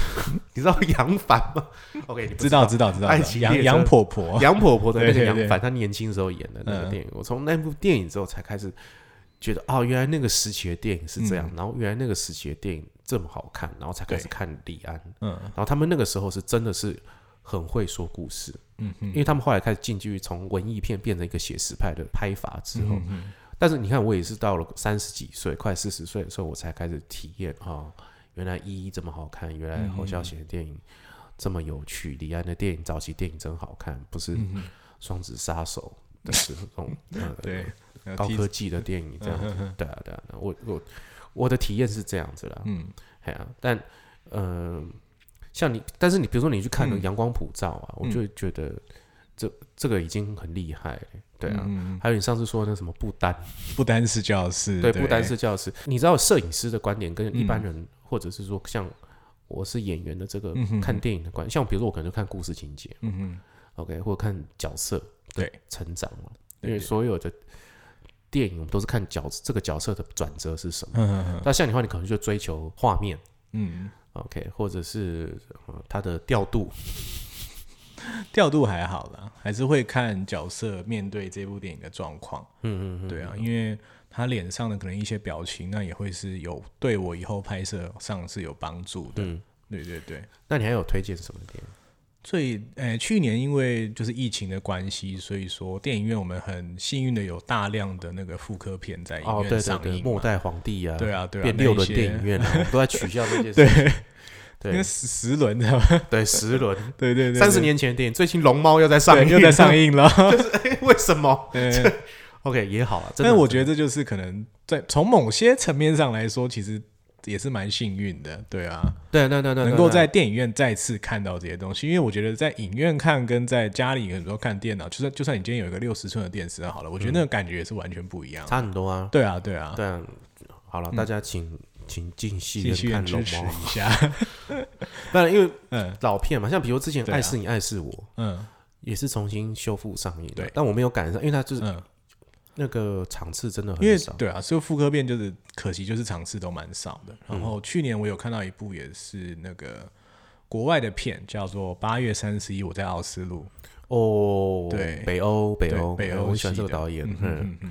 A: 你知道杨凡吗？OK，你不
B: 知道知道知道，
A: 爱
B: 知道
A: 情
B: 杨
A: 列车
B: 杨婆婆，
A: 杨婆婆的那
B: 对
A: 个
B: 对
A: 杨
B: 哦对
A: 凡，他年轻时候演的那个
B: 嗯
A: 电影，我从那部电影之后才开始觉得，哦，原来那个时期的电影是这
B: 嗯
A: 样，然后原来那个时期的电影这么好看，然后才开始
B: 对
A: 看李安，
B: 嗯
A: 然后他们那个时候是真的是很会说故事，
B: 嗯
A: 因为他们后来开始进军从文艺片变成一个写实派的拍法之后，
B: 嗯哼，
A: 但是你看，我也是到了三十几岁，快四十岁的时候，我才开始体验哦，原来一一这么好看，原来侯孝贤的电影这么有趣，李安的电影早期电影真好看，不是
B: 嗯哼
A: 双子杀手的这种、呃、
B: 嗯 对，啊要
A: 高
B: 踢
A: 科技的电影这样子。 对啊，对啊，对啊我我我的体验是这样子啦，
B: 嗯，
A: 哎呀、但呃，像你，但是你比如说你去看《
B: 嗯
A: 阳光普照》啊，我就觉得这这个已经很厉害了，对啊。
B: 嗯
A: 还有你上次说的那什么不丹，
B: 不单是教室，
A: 对，
B: 对，
A: 不单是教师，你知道摄影师的观点跟一般人，或者是说像我是演员的这个
B: 嗯哼
A: 看电影的观点，像比如说我可能就看故事情节
B: 嗯哼，
A: ，OK，或者看角色
B: 对
A: 成长嘛，因
B: 对
A: 为所有的电影我们都是看角这个角色的转折是什么。
B: 嗯
A: 那像你的话，你可能就追求画面
B: 嗯，
A: ，OK，或者是呃它的调度，
B: 调度还好啦，还是会看角色面对这部电影的状况，嗯嗯，对啊，因为他脸上的可能一些表情，那也会是有对我以后拍摄上是有帮助的，
A: 嗯。
B: 对对对。
A: 那你还有推荐什么电影？
B: 最呃，去年因为就是疫情的关系，所以说电影院我们很幸运的有大量的那个复刻片在哎影
A: 哦，对
B: 院
A: 对
B: 上
A: 对，
B: 映
A: 末
B: 嘛，
A: 代皇帝啊，
B: 对啊对啊，
A: 变
B: 那
A: 六
B: 一
A: 轮
B: 些
A: 电影，院啊，我们都在取笑这件事情。
B: 对，那
A: 对
B: 十十轮的，
A: 对，十轮，
B: 对对对，
A: 三十年前的电影，最新《龙猫》又在上映，
B: 对又在上。映了，
A: 为什么
B: 对
A: ？OK，也好啊。真
B: 但
A: 的，
B: 我觉得这就是可能在从某些层面上来说，其实也是蛮幸运的，对啊，
A: 对对对对，
B: 能够
A: 对
B: 在电影院再次看到这些东西，因为我觉得在影院看跟在家里很多看电脑，就算就算你今天有一个六十寸的电视好了，我觉得那个感觉也是完全不一样
A: 对
B: 的。
A: 差很多啊。
B: 对啊，对啊，
A: 嗯对啊，好了，大家请请进戏
B: 继
A: 院
B: 续
A: 看《龙
B: 支持
A: 猫》，
B: 一 下。
A: 当然因为
B: 嗯
A: 老片嘛，像比如之前《
B: 对啊
A: 爱是你爱是我》
B: 嗯
A: 也是重新修复上映的
B: 对，
A: 但我没有赶上，因为它就是
B: 嗯，
A: 那个场次真的
B: 因为
A: 很少。
B: 对啊，所以妇科片就是可惜就是场次都蛮少的。
A: 嗯
B: 然后去年我有看到一部也是那个国外的片，叫做《八月三十一我在奥斯陆》。
A: 哦，
B: 对
A: 北欧，北
B: 对
A: 欧，
B: 北欧
A: 我很喜欢
B: 系
A: 这个
B: 的
A: 导演。
B: 嗯
A: 嗯
B: 嗯嗯，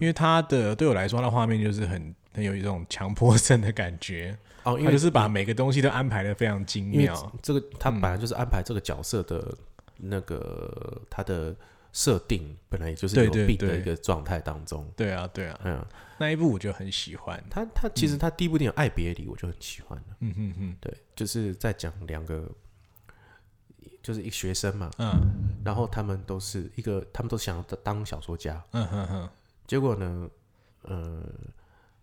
B: 因为它的对我来说，它的画面就是很很有一种强迫症的感觉，
A: 哦，因
B: 他
A: 为
B: 就是把每个东西都安排的非常精
A: 因为
B: 妙。
A: 这个他
B: 嗯
A: 本来就是安排这个角色的那个他的设定，本来也就是
B: 对
A: 有
B: 对
A: 病的
B: 对
A: 一个状态当中。
B: 对啊，对啊，
A: 嗯，
B: 那一部我就很喜欢。
A: 他他其实他第一部电影《爱别离》我就很喜欢了，
B: 嗯哼哼，
A: 对，就是在讲两个，就是一个学生嘛，
B: 嗯
A: 然后他们都是一个，他们都想要当小说家，
B: 嗯哼哼，
A: 结果呢，呃，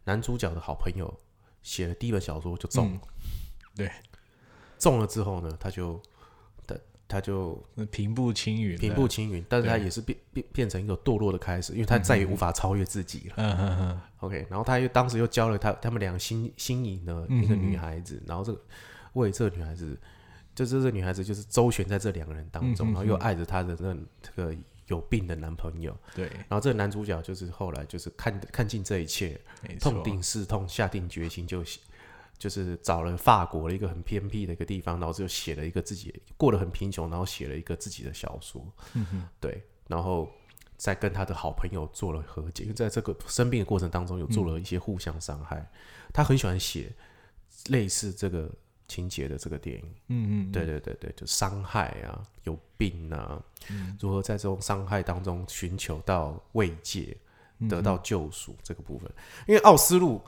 A: 男主角的好朋友写了第一本小说就中
B: 嗯
A: 了，
B: 对，
A: 中了之后呢，他就他他就
B: 那平步青云，
A: 平步，青云，但是他也是变变变成一个堕落的开始，因为他再也无法超越自己了。
B: 嗯哼哼，
A: OK，然后他又当时又交了他他们两个心心仪的一
B: 嗯
A: 个女孩子，然后这个为这个女孩子，就这个女孩子就是周旋在这两个人当中，
B: 嗯哼哼
A: 然后又爱着她的那这个有病的男朋友，
B: 对，
A: 然后这个男主角就是后来就是看看尽这一切，
B: 没错
A: 痛，定思痛，下定决心就写就是找了法国的一个很偏僻的一个地方，然后就写了一个自己过得很贫穷，然后写了一个自己的小说，
B: 嗯哼，
A: 对，然后再跟他的好朋友做了和解，因为在这个生病的过程当中有做
B: 嗯
A: 了一些互相伤害。他很喜欢写类似这个情节的这个电影，
B: 嗯嗯，
A: 对对对对，就伤害啊，有病啊，
B: 嗯
A: 如何在这种伤害当中寻求到慰藉，
B: 嗯
A: 得到救赎这个部分。因为奥斯陆，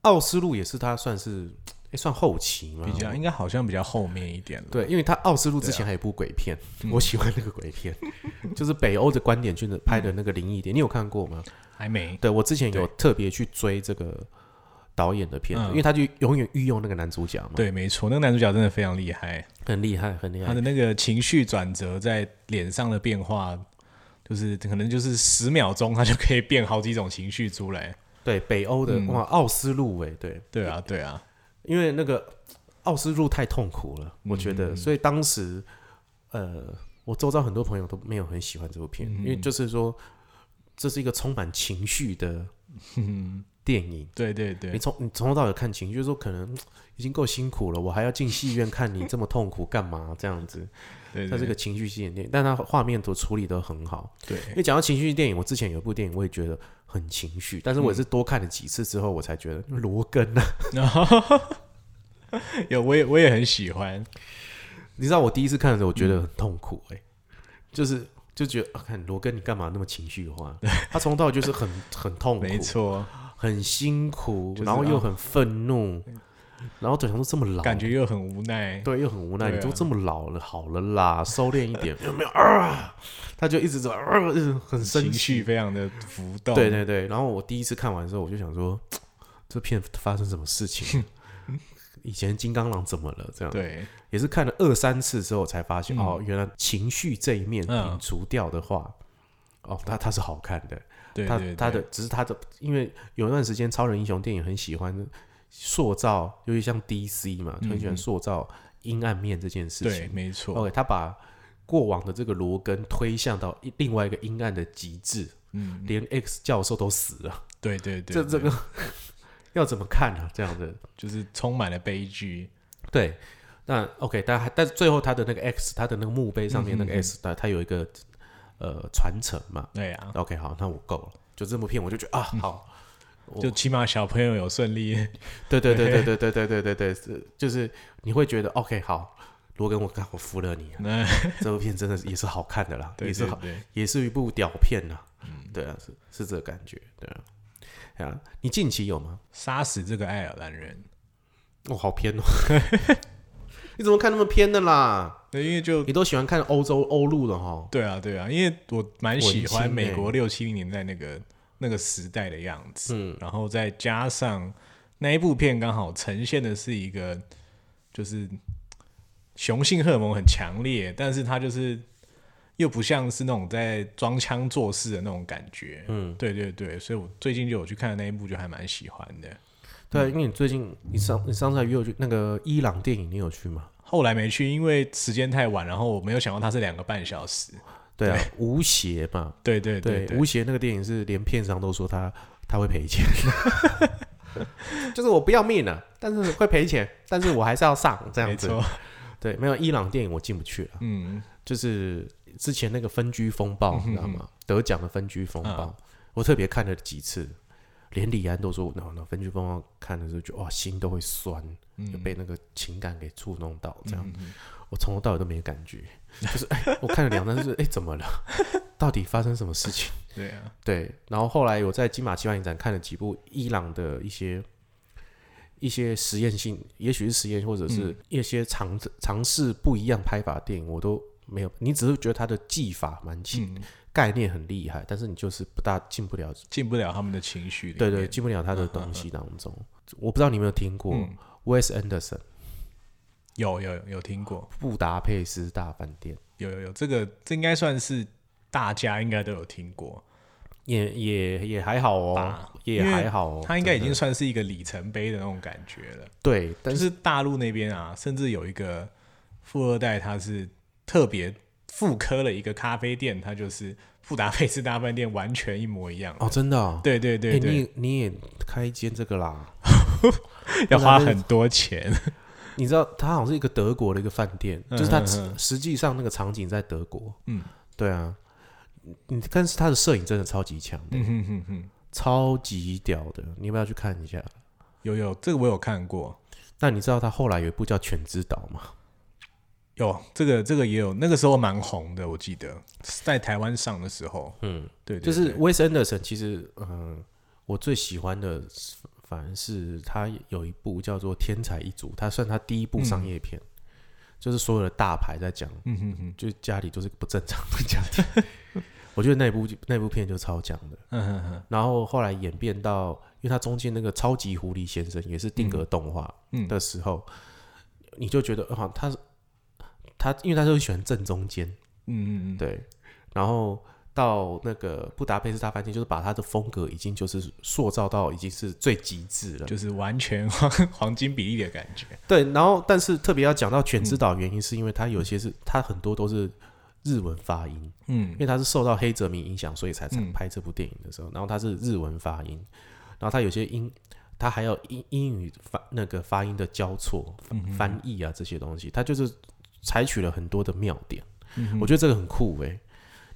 A: 奥斯陆也是他算是诶算后期嘛，
B: 比较啊应该好像比较后面一点了。
A: 对，因为他奥斯陆之前还有一部鬼片，
B: 嗯
A: 我喜欢那个鬼 片，就是北欧的观点去拍的那个灵异点，你有看过吗？
B: 还没，
A: 对我之前有
B: 对
A: 特别去追这个导演的片子，
B: 嗯
A: 因为他就永远御用那个男主角嘛，，
B: 对，没错，那个男主角真的非常厉害，
A: 很厉害，很厉
B: 他
A: 害
B: 的。那个情绪转折在脸上的变化，就是可能就是十秒钟，他就可以变好几种情绪出来。
A: 对，北欧的、
B: 嗯
A: 哇，奥斯陆哎，对，
B: 对啊，对啊，
A: 因为那个呃奥斯陆太痛苦了，我觉
B: 嗯
A: 得，所以当时呃，我周遭很多朋友都没有很喜欢这部
B: 嗯
A: 片，因为就是说这是一个充满情绪 的电影。
B: 对对
A: 你
B: 对，
A: 从你从头到尾看情绪，就是说可能嗯已经够辛苦了，我还要进戏院看你这么痛苦干嘛？这样子，
B: 对
A: 它
B: 对
A: 是个情绪性电影，但它画面都处理得很好。因
B: 对，
A: 为讲到情绪电影，我之前有一部电影我也觉得很情绪，但是我也是
B: 嗯
A: 多看了几次之后，我才觉得罗根啊，
B: 然后有我也我也很喜欢，
A: 你知道我第一次看的时候，我觉得很痛苦哎、就是就觉得啊，看罗根你干嘛那么情绪化？他从头到尾就是很 很痛苦，
B: 没错，
A: 很辛苦，
B: 就是
A: 然后又
B: 啊
A: 很愤怒，然后整个人都这么老，
B: 感觉又很无奈。
A: 对，又很无奈，你
B: 对啊
A: 都这么老了，好了啦，收敛一 点，有没有啊？他就一直在啊，一直很生
B: 情
A: 气。
B: 绪非常的浮动，
A: 对对对，然后我第一次看完之后，我就想说，这片发生什么事 情？以前金刚狼怎么了？这样
B: 对，
A: 也是看了二三次之后才发现，
B: 嗯
A: 哦，原来情绪这一面
B: 嗯
A: 摒除掉的话，哦，它它是好看的，
B: 对
A: 他
B: 对
A: 他的
B: 对
A: 只是他的，因为有一段时间超人英雄电影很喜欢塑造，尤其像 DC 嘛，很喜欢塑造阴暗面这件事
B: 嗯对，
A: 情。哦
B: 没错，
A: OK，他把过往的这个罗根推向到一另外一个阴暗的极致，
B: 嗯，
A: 连 X 教授都死了，
B: 对对对，
A: 这这
B: 对
A: 个 要怎么看啊？这样的
B: 就是充满了悲剧，
A: 对。那 OK，但还但是最后他的那个 X，他的那个墓碑上面那个
B: 嗯嗯嗯
A: X，他、他有一个呃传承嘛。
B: 对啊，
A: OK，好，那我够了，就这部片我就觉得啊，
B: 嗯
A: 好，我
B: 就起码小朋友有顺利，
A: 对对对对对对对对对对，是就是你会觉得 OK 好，罗根我刚我服了你了，啊
B: 那
A: 这部片真的是也是好看的啦，
B: 嗯对
A: 也是
B: 对嗯
A: 好
B: 对，
A: 也是一部屌片呐，对啊是是这个感觉，对啊，对啊，你近期有吗？
B: 杀死这个爱尔兰人，
A: 哦，好偏哦， 你怎么看那么偏的啦？
B: 对，因为就
A: 你都喜欢看欧洲欧陆的哈？
B: 对啊对啊，因为我蛮喜
A: 文
B: 欢
A: 青
B: 美
A: 欸
B: 国六七零年代那个那个时代的样子，
A: 嗯
B: 然后再加上那一部片刚好呈现的是一个就是雄性荷尔蒙很强烈，但是它就是又不像是那种在装腔作势的那种感觉。
A: 嗯，
B: 对对对，所以我最近就有去看那一部，就还蛮喜欢的。
A: 对啊，因为你最近你上你上次还约我去那个伊朗电影，你有去吗？
B: 后来没去，因为时间太晚，然后我没有想到它是两个半小时。
A: 对啊，吴邪嘛，
B: 对对
A: 对，
B: 对，
A: 吴邪那个电影是连片商都说他他会赔钱， 就是我不要命了，但是会赔钱，但是我还是要上这样
B: 没
A: 子。
B: 错，
A: 对，没有伊朗电影我进不去了，啊
B: 嗯，
A: 就是之前那个分居风暴，你知道吗？得奖的分居风暴，我特别看了几次，连李安都说，那那分区风暴看的时候就哇心都会酸，
B: 嗯
A: 就被那个情感给触动到这样。我从头到尾都没感觉，就是哎、我看了两张，就是哎、怎么了？到底发生什么事情？
B: 对啊，
A: 对，然后后来我在金马奇幻影展看了几部伊朗的一些一些实验性，也许是实验，或者
B: 嗯
A: 是一些尝尝试不一样拍法的电影，我都没有。你只是觉得它的技法蛮新，
B: 嗯，
A: 概念很厉害，但是你就是不大进不了，
B: 进不了他们的情绪里面。
A: 对对，进不了它的东西当中。我不知道你有没有听过、
B: 嗯
A: Wes Anderson《
B: 有有有有听过，
A: 布达佩斯大饭店》
B: 有有有，这个这应该算是大家应该都有听过，
A: 也也也还好哦
B: 吧，
A: 也
B: 因为
A: 还好哦，
B: 它应该已
A: 真的
B: 经算是一个里程碑的那种感觉了。
A: 哦对，但
B: 但
A: 是
B: 是大陆那边啊，甚至有一个富二代，他是特别复刻了一个咖啡店，它就是布达佩斯大饭店，完全一模一样的。
A: 哦，真的、哦。
B: 对对对
A: 哎
B: 对，
A: 你也你也开一间这个啦？
B: 要花很多钱。
A: 你知道，它好像是一个德国的一个饭店，
B: 嗯
A: 就是它
B: 嗯
A: 实
B: 嗯
A: 实际上那个场景在德国。
B: 嗯，
A: 对啊，你但是它的摄影真的超级强的，
B: 嗯哼哼哼，
A: 超级屌的，你要不要去看一下？
B: 有有，这个我有看过。
A: 那你知道他后来有一部叫《犬之岛》吗？
B: 有这个，这个也有，那个时候蛮红的，我记得在台湾上的时候，
A: 嗯，
B: 对对
A: 就是
B: 对
A: Wes Anderson，其实嗯、我最喜欢的是反而是他有一部叫做《天才一族》，他算他第一部商业片，就是所有的大牌在讲
B: 嗯哼哼，
A: 就是家里就是个不正常的家庭。 我觉得那一部那部片就超强的，
B: 嗯哼哼，
A: 然后后来演变到，因为它中间那个超级狐狸先生也是定格动画
B: 嗯
A: 的时候，你就觉得啊，他他因为他就喜欢正中间，
B: 嗯嗯嗯，
A: 对，然后到那个布达佩斯大饭店，就是把他的风格已经就是塑造到已经是最极致了，
B: 就是完全 黄黄金比例的感觉。
A: 对，然后但是特别要讲到犬
B: 嗯
A: 之岛，原因是因为它有些是它很多都是日文发音，
B: 嗯
A: 因为他是受到黑泽明影响，所以才才
B: 嗯
A: 拍这部电影的时候，然后他是日文发音，然后他有些英，他还有英英语发那个发音的交错、
B: 嗯
A: 翻译啊这些东西，他就是采取了很多的妙点，
B: 嗯
A: 我觉得这个很酷诶、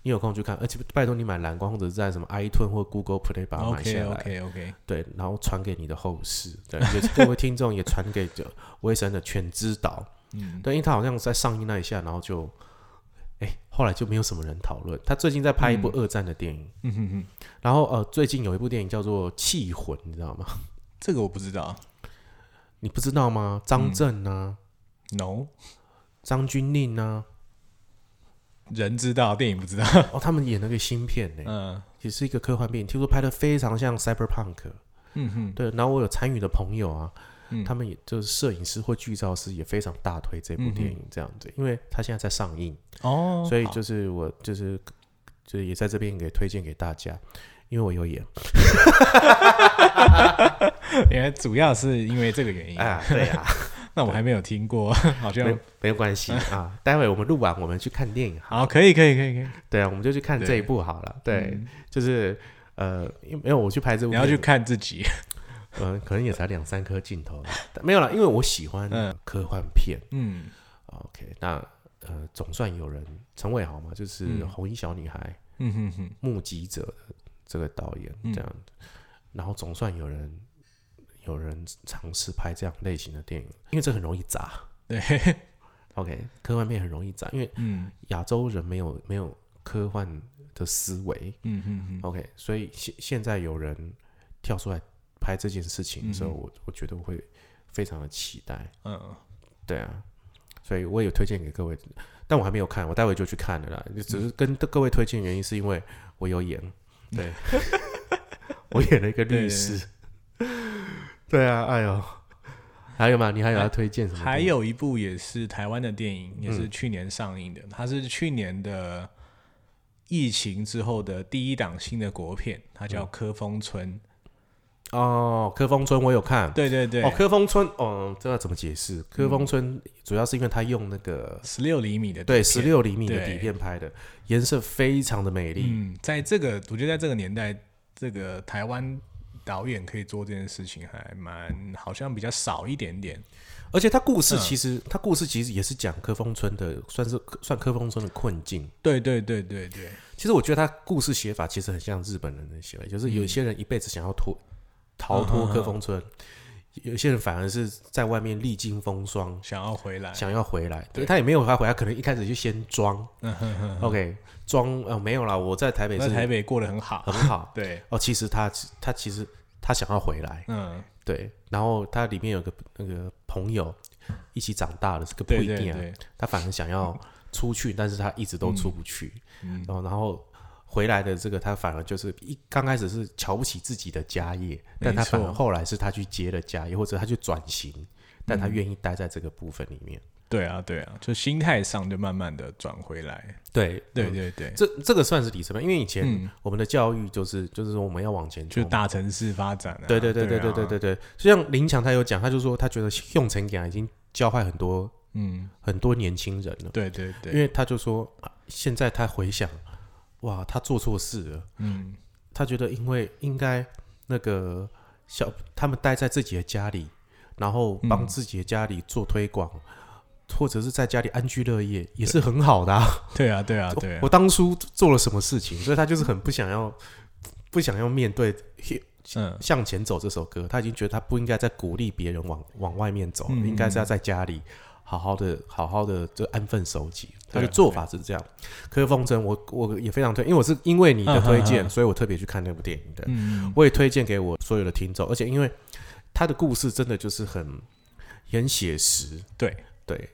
A: 你有空去看，而且拜托你买蓝光或者是在什么 iTunes 或 Google Play 把它买
B: ，OK
A: 下来
B: OK OK，
A: 对，然后传给你的后世，对，也是各位听众也传给就威神的犬之岛，
B: 嗯，
A: 对，因为他好像在上映那一下，然后就，哎、后来就没有什么人讨论。他最近在拍一部二战的电影，
B: 嗯哼哼，
A: 然后呃，最近有一部电影叫做《气魂》，你知道吗？
B: 这个我不知道
A: 你不知道吗？
B: 嗯
A: 张震啊，
B: ，No，
A: 张钧甯 啊，
B: 人知道，电影不知道。
A: 哦，他们演那个新片呢、
B: 嗯
A: 也是一个科幻片，听说拍的非常像 cyberpunk。
B: 嗯哼，
A: 对，然后我有参与的朋友啊，
B: 嗯
A: 他们也就是摄影师或剧照师也非常大推这部电影，这样子，因为他现在在上映。
B: 哦，
A: 所以就是我就是就是也在这边给推荐给大家，因为我有演
B: 原来主要是因为这个原因。
A: 啊，对啊，
B: 那我还没有听过，好
A: 没
B: 像
A: 没有 关系啊，待会我们录完我们去看电影，
B: 好，可以可以可以可以。
A: 对啊，我们就去看
B: 对
A: 这一部好了，对，
B: 嗯
A: 就是呃，因为没有我去拍这部，
B: 你要去，看自己。
A: 嗯，可能也才两三颗镜头，但没有啦，因为我喜欢
B: 嗯
A: 科幻片
B: 嗯，
A: ，OK，那。呃，总算有人陈伟豪嘛，就是《
B: 嗯
A: 红衣小女孩》
B: 嗯哼哼，
A: 目击者的这个导演
B: 嗯
A: 这样子，然后总算有人有人尝试拍这样类型的电影，因为这很容易砸。
B: 对，
A: OK，科幻片很容易砸，因为
B: 嗯
A: 亚洲人没有没有科幻的思维。
B: 嗯哼哼，
A: OK，所以现现在有人跳出来拍这件事情的时候，
B: 嗯哼
A: 我我觉得我会非常的期待。
B: 嗯，
A: 对啊，所以我也推荐给各位，但我还没有看，我待会就去看了啦。只
B: 嗯
A: 是跟各位推荐原因是因为我有演，对，我演了一个律师。 对啊，哎呦，还有吗？你还有要推荐什么？
B: 还，有一部也是台湾的电影，
A: 嗯
B: 也是去年上映的，它是去年的疫情之后的第一档新的国片，它
A: 嗯
B: 叫《科峰村》。
A: 哦，科峰村我有看。
B: 对对对嗯
A: 哦，，科峰村，哦，这要怎么解释？科峰村主要是因为他用那个
B: 十六厘米的
A: 对
B: 底
A: 十
B: 片
A: 六厘米的
B: 对
A: 底片拍的，颜色非常的美丽。
B: 嗯，在这个，我觉得在这个年代，这个台湾导演可以做这件事情还蛮好像比较少一点点。
A: 而且他故
B: 嗯
A: 事其实，他故事其实也是讲科峰村的，算是算科峰村的困境。
B: 对对对对对，嗯
A: 其实我觉得他故事写法其实很像日本人的写法，就是有些人一辈子想要脱逃脱科峰村，
B: 嗯
A: 有些人反而是在外面历经风霜，
B: 想要回来，
A: 想要回来，对
B: 哎对嗯
A: 他也没有他回来，可能一开始就先装，OK，装呃没有啦，我在台北
B: 在
A: 是
B: 台北过得很好
A: 很，好
B: 对，
A: 哦，其实他他其实他想要回来，
B: 嗯，
A: 对，然后他里面有个那个朋友一起长大的，是个不
B: 对
A: 一
B: 对
A: 定啊，
B: 对，
A: 他反而想要出去，但是他一直都出不去，
B: 嗯
A: 然后然后回来的这个他反而就是一刚开始是瞧不起自己的家业，但他
B: 没错嗯
A: 反而后来是他去接了家业，或者他去转型，但他愿意待在这个部分里面。
B: 对啊，对啊，就心态上就慢慢的转回来，
A: 对
B: 对对对，
A: 这这个算是里程碑，因为以前
B: 嗯
A: 我们的教育就是就是说我们要往前
B: 就
A: 冲
B: 是。大城市发展啊，
A: 哦对对对对对对
B: 啊，
A: 对对，就像林强他有讲，他就说他觉得用成感已经教坏很多
B: 嗯，
A: 很多年轻人了，
B: 对对
A: 因
B: 对，
A: 为他就说啊现在他回想，哇，他做错事了，
B: 嗯，
A: 他觉得因为应该那个小他们待在自己的家里，然后帮
B: 嗯
A: 自己的家里做推广，或者是在家里安居乐业，也是很好的、啊。
B: 对啊对啊
A: 我
B: 对啊
A: 我，当初做了什么事情，所以他就是很不想要，不想要面对
B: 嗯，
A: 向前走这首歌，他已经觉得他不应该再鼓励别人往往外面走了，
B: 嗯
A: 应该是要在家里好好的、好好的就安分守己。他
B: 对啊
A: 的做法是这样。柯风筝，我我也非常推，因为我是因为你的推
B: 嗯嗯
A: 荐，
B: 嗯
A: 所以我特别去看那部电影的。
B: 嗯，
A: 我也推荐给我所有的听众，而且因为他的故事真的就是很很写实，
B: 对，
A: 对，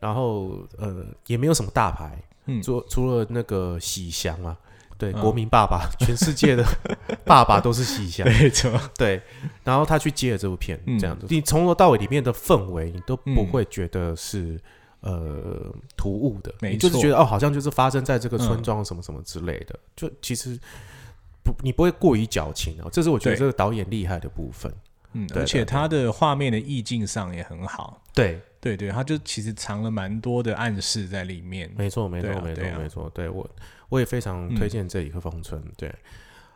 A: 然后呃也没有什么大牌，
B: 嗯，
A: 除除了那个喜祥啊，对，
B: 嗯
A: 国民爸爸，全世界的 爸爸都是喜祥，
B: 对，怎么
A: 对，然后他去接了这部片，
B: 嗯
A: 这样子，你从头到尾里面的氛围，你都不
B: 嗯
A: 会觉得是、呃突兀的，
B: 没
A: 你就是
B: 错
A: 觉得哦，好像就是发生在这个村
B: 嗯
A: 庄什么什么之类的，就其实不，你不会过于矫情哦，这是我觉得
B: 对
A: 这个导演厉害的部分。
B: 嗯，
A: 对
B: 而
A: 对
B: 且它的画面的意境上也很好，
A: 对，
B: 对对，它就其实藏了蛮多的暗示在里面。
A: 没错，没错，
B: 对啊
A: 没错
B: 对，啊嗯
A: 没错。对我我也非常推荐这一个风村。对，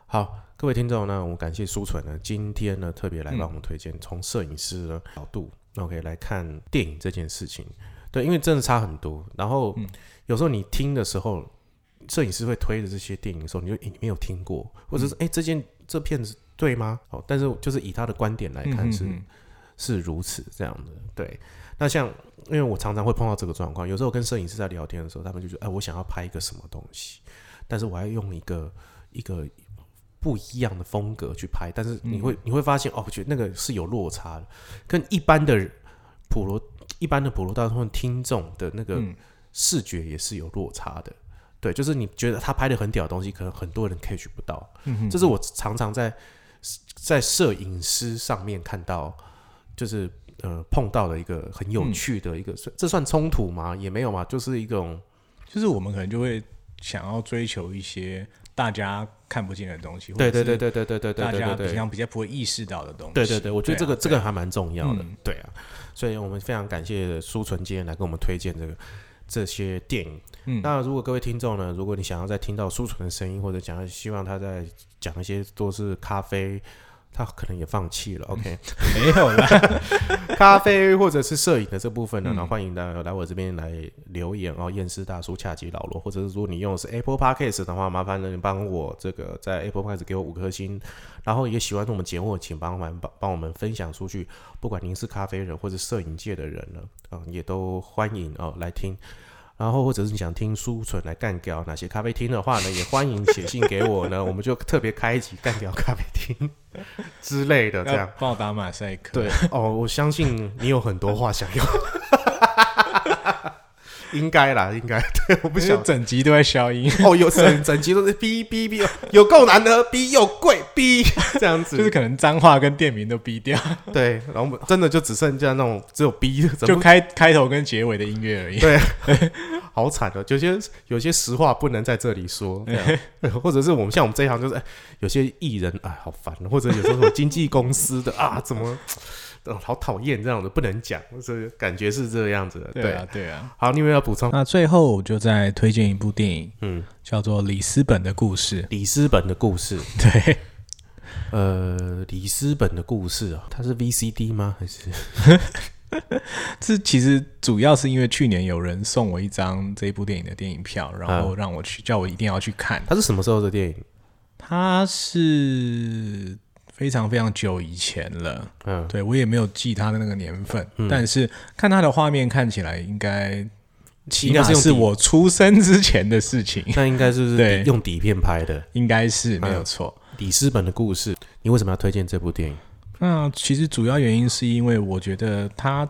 A: 好，各位听众呢，我们感谢苏纯呢，今天呢特别来
B: 嗯
A: 帮我们推荐从摄影师的角度，OK 来看电影这件事情。对，因为真的差很多。然后、
B: 嗯
A: 有时候你听的时候，摄影师会推的这些电影的时候，你就、诶你没有听过，或
B: 嗯
A: 者是哎、诶这件这片子对吗？哦，但是就是以他的观点来
B: 嗯
A: 看
B: 嗯
A: 是、
B: 嗯
A: 是如此这样的。对，那像因为我常常会碰到这个状况，有时候跟摄影师在聊天的时候，他们就觉得，哎、我想要拍一个什么东西，但是我要用一个一个不一样的风格去拍，但是你会、你会发现，哦，我觉得那个是有落差的，跟一般的普罗一般的普罗大众听众的那个
B: 嗯
A: 视觉也是有落差的。对，就是你觉得他拍的很屌的东西，可能很多人 catch 不到。
B: 嗯哼
A: 这是我常常在在摄影师上面看到，就是呃碰到的一个很有趣的一个，算这算冲突吗？也没有嘛，就是一种
B: 就是我们可能就会想要追求一些大家看不见的东西，或
A: 对
B: 者
A: 对对
B: 是
A: 对对对对对
B: 大
A: 对
B: 家
A: 对
B: 平
A: 对。
B: 常比较不会意识到的东西。
A: 对对对，我觉得这个、
B: 对啊
A: 这个还蛮重要的，
B: 嗯
A: 对啊，所以我们非常感谢苏纯今天来跟我们推荐这个这些电影。
B: 嗯
A: 那如果各位听众呢，如果你想要再听到苏纯的声音，或者想要希望他在讲一些都是咖啡，他可能也放弃了，OK，
B: 没有啦，
A: 咖啡或者是摄影的这部分呢，
B: 嗯
A: 然后欢迎来来我这边来留言哦，验尸大叔、恰吉老罗，或者是说你用的是 Apple Podcast 的话，麻烦呢你帮我这个在 Apple Podcast 给我五颗星，然后也喜欢我们节目，请帮忙帮帮我们分享出去，不管您是咖啡人或者摄影界的人呢，啊、也都欢迎哦来听。然后，或者是你想听书纯来干掉哪些咖啡厅的话呢，也欢迎写信给我呢，我们就特别开一集干掉咖啡厅之类 的，这样
B: 要帮我打马赛克。
A: 对哦，我相信你有很多话想要，应该啦，应该。对，我不
B: 不
A: 想
B: 是 整集都在消音，
A: 哦，有整整集都是逼逼逼，有够难的，逼又贵，逼这样子。
B: 就是可能脏话跟店名都逼掉，
A: 对，然后我们真的就只剩下那种只有逼，怎
B: 就
A: 么
B: 开开头跟结尾的音乐而已。
A: 好惨的？有些有些实话不能在这里说，这 样对或者是我们像我们这一行，就是、哎有些艺人哎好烦，或者有时候什么经纪公司的啊，怎么、哦好讨厌这样的，不能讲，就是感觉是这样子的。
B: 对啊，对啊。
A: 好，你有没有要补充？
B: 那最后我就再推荐一部电影，
A: 嗯。
B: 叫做《里斯本的故事
A: 里斯本的故事，》。
B: 对，
A: 呃，里斯本的故事啊，它是 VCD 吗？还是
B: 这其实主要是因为去年有人送我一张这部电影的电影票，
A: 嗯
B: 然后让我去叫我一定要去看。
A: 它是什么时候的电影？
B: 它是非常非常久以前了。
A: 嗯，
B: 对我也没有记它的那个年份，
A: 嗯
B: 但是看它的画面看起来应该起
A: 应该
B: 码
A: 是用
B: 是
A: 底
B: 我出生之前的事情，
A: 那应该是不是
B: 对
A: 底用底片拍的？
B: 应该是没
A: 嗯
B: 有错。
A: 里斯本的故事，你为什么要推荐这部电影？
B: 那其实主要原因是因为我觉得它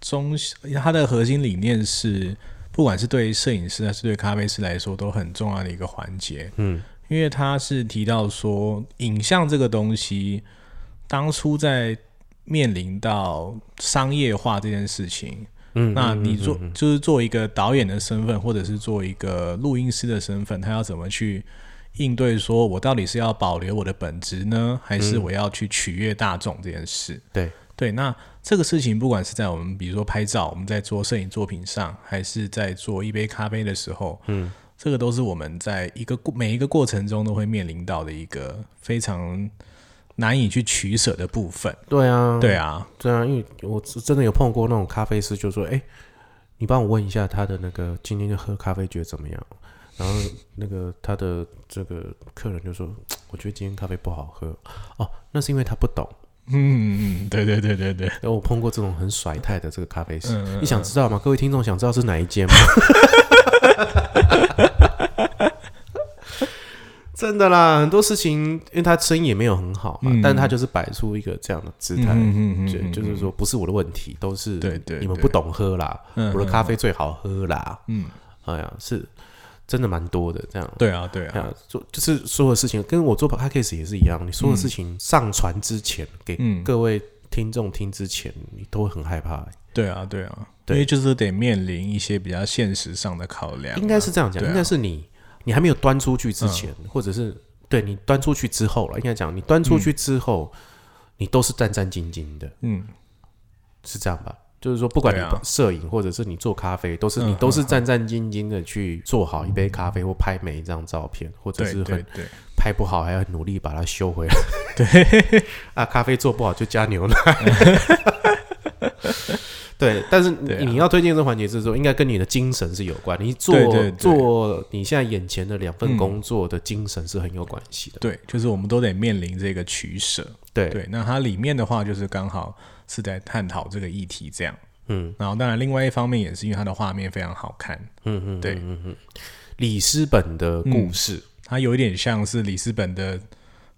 B: 中它的核心理念是，不管是对摄影师还是对咖啡师来说，都很重要的一个环节。
A: 嗯，
B: 因为它是提到说，影像这个东西，当初在面临到商业化这件事情，
A: 嗯，
B: 那
A: 嗯
B: 你
A: 嗯
B: 做就是做一个导演的身份，或者是做一个录音师的身份，他要怎么去应对？说我到底是要保留我的本职呢，还
A: 嗯
B: 是我要去取悦大众这件事？
A: 对
B: 对，那这个事情不管是在我们比如说拍照，我们在做摄影作品上，还是在做一杯咖啡的时候，嗯，这个都是我们在一个过每一个过程中都会面临到的一个非常难以去取舍的部分。
A: 对啊，
B: 对啊，
A: 对啊，因为我真的有碰过那种咖啡师，就说：“哎、你帮我问一下他的那个今天喝咖啡觉得怎么样？”然后那个他的这个客人就说：“我觉得今天咖啡不好喝。”哦，那是因为他不懂。
B: 嗯，对对对对对，
A: 然后我碰过这种很甩态的这个咖啡师，
B: 嗯
A: 你想知道吗？各位听众想知道是哪一间吗？ 真的啦，很多事情，因为他生意也没有很好嘛，
B: 嗯
A: 但他就是摆出一个这样的姿态，
B: 嗯
A: 对，就是说不是我的问题，都是
B: 对对
A: 你们
B: 对
A: 不懂喝啦，
B: 嗯
A: 我的咖啡最好喝啦，
B: 嗯，
A: 哎呀，是真的蛮多的这样。
B: 对啊，对
A: 哎
B: 啊，
A: 呀，做就是所有事情跟我做 podcast 也是一样，你所有事情上传之前，给
B: 嗯
A: 各位听众听之前，你都会很害怕。
B: 对啊，对啊，
A: 对
B: 因为就是得面临一些比较现实上的考量啊，
A: 应该是这样讲，
B: 对啊嗯
A: 应该是你你还没有端出去之前，或者是对你端出去之后了，应该讲你端出去之后，你都是战战兢兢的。
B: 嗯，
A: 是这样吧？就是说，不管你
B: 对啊
A: 摄影或者是你做咖啡，都是
B: 嗯
A: 你都是战战兢兢的去做好一杯咖啡，或拍每一张照片，或者
B: 对
A: 是
B: 对
A: 很
B: 对，
A: 拍不好还要努力把它修 回来。对 啊，咖啡做不好就加牛奶。对，但是
B: 对啊
A: 你你要推荐这环节是说，应该跟你的精神是有关。你做
B: 对对对
A: 做你现在眼前的两份工作的精神是很有关系的。
B: 对，就是我们都得面临这个取舍，
A: 对，
B: 对，那它里面的话就是刚好是在探讨这个议题这样，
A: 嗯
B: 然后当然另外一方面也是因为它的画面非常好看，
A: 嗯嗯，
B: 对，
A: 里斯本的故事。
B: 它有一点像是里斯本的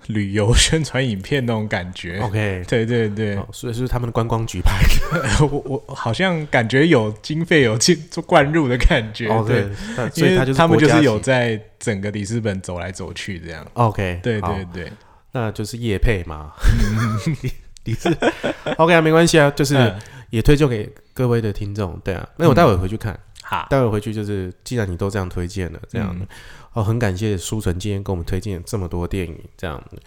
B: 旅游宣传影片那种感觉，
A: OK，
B: 对对嗯对，
A: 哦，所以是他们的观光局拍的。
B: 我我好像感觉有经费有进做灌入的感觉，
A: 哦，
B: 对
A: 对，，那所
B: 因
A: 以
B: 为
A: 他就是
B: 他们
A: 国
B: 就
A: 家
B: 是有
A: 级
B: 在整个里斯本走来走去这样。
A: OK，
B: 对
A: 好
B: 对，对，
A: 那就是叶配嘛。 你你是 OK 啊，没关系啊，就是
B: 嗯
A: 也推荐给各位的听众。对啊，那我待会回去看，
B: 好，
A: 待会回去就是，既然你都这样推荐了，这样的，哦，很感谢舒纯今天给我们推荐这么多电影，这样的。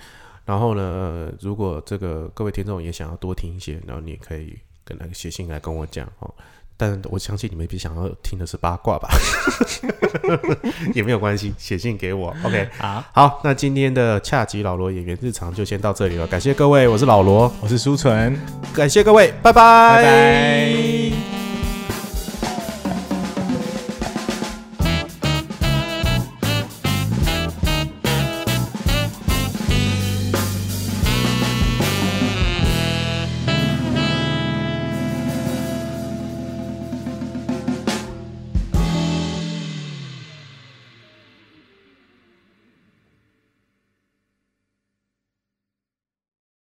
A: 然后呢，呃，如果这个各位听众也想要多听一些，然后你也可以跟那个写信来跟我讲哦。但我相信你们比想要听的是八卦吧， 也没有关系，写信给我，OK。
B: 好，
A: 好，那今天的恰吉老罗演员日常就先到这里了，感谢各位，我是老罗，
B: 我是苏纯，
A: 感谢各位，拜
B: 拜拜。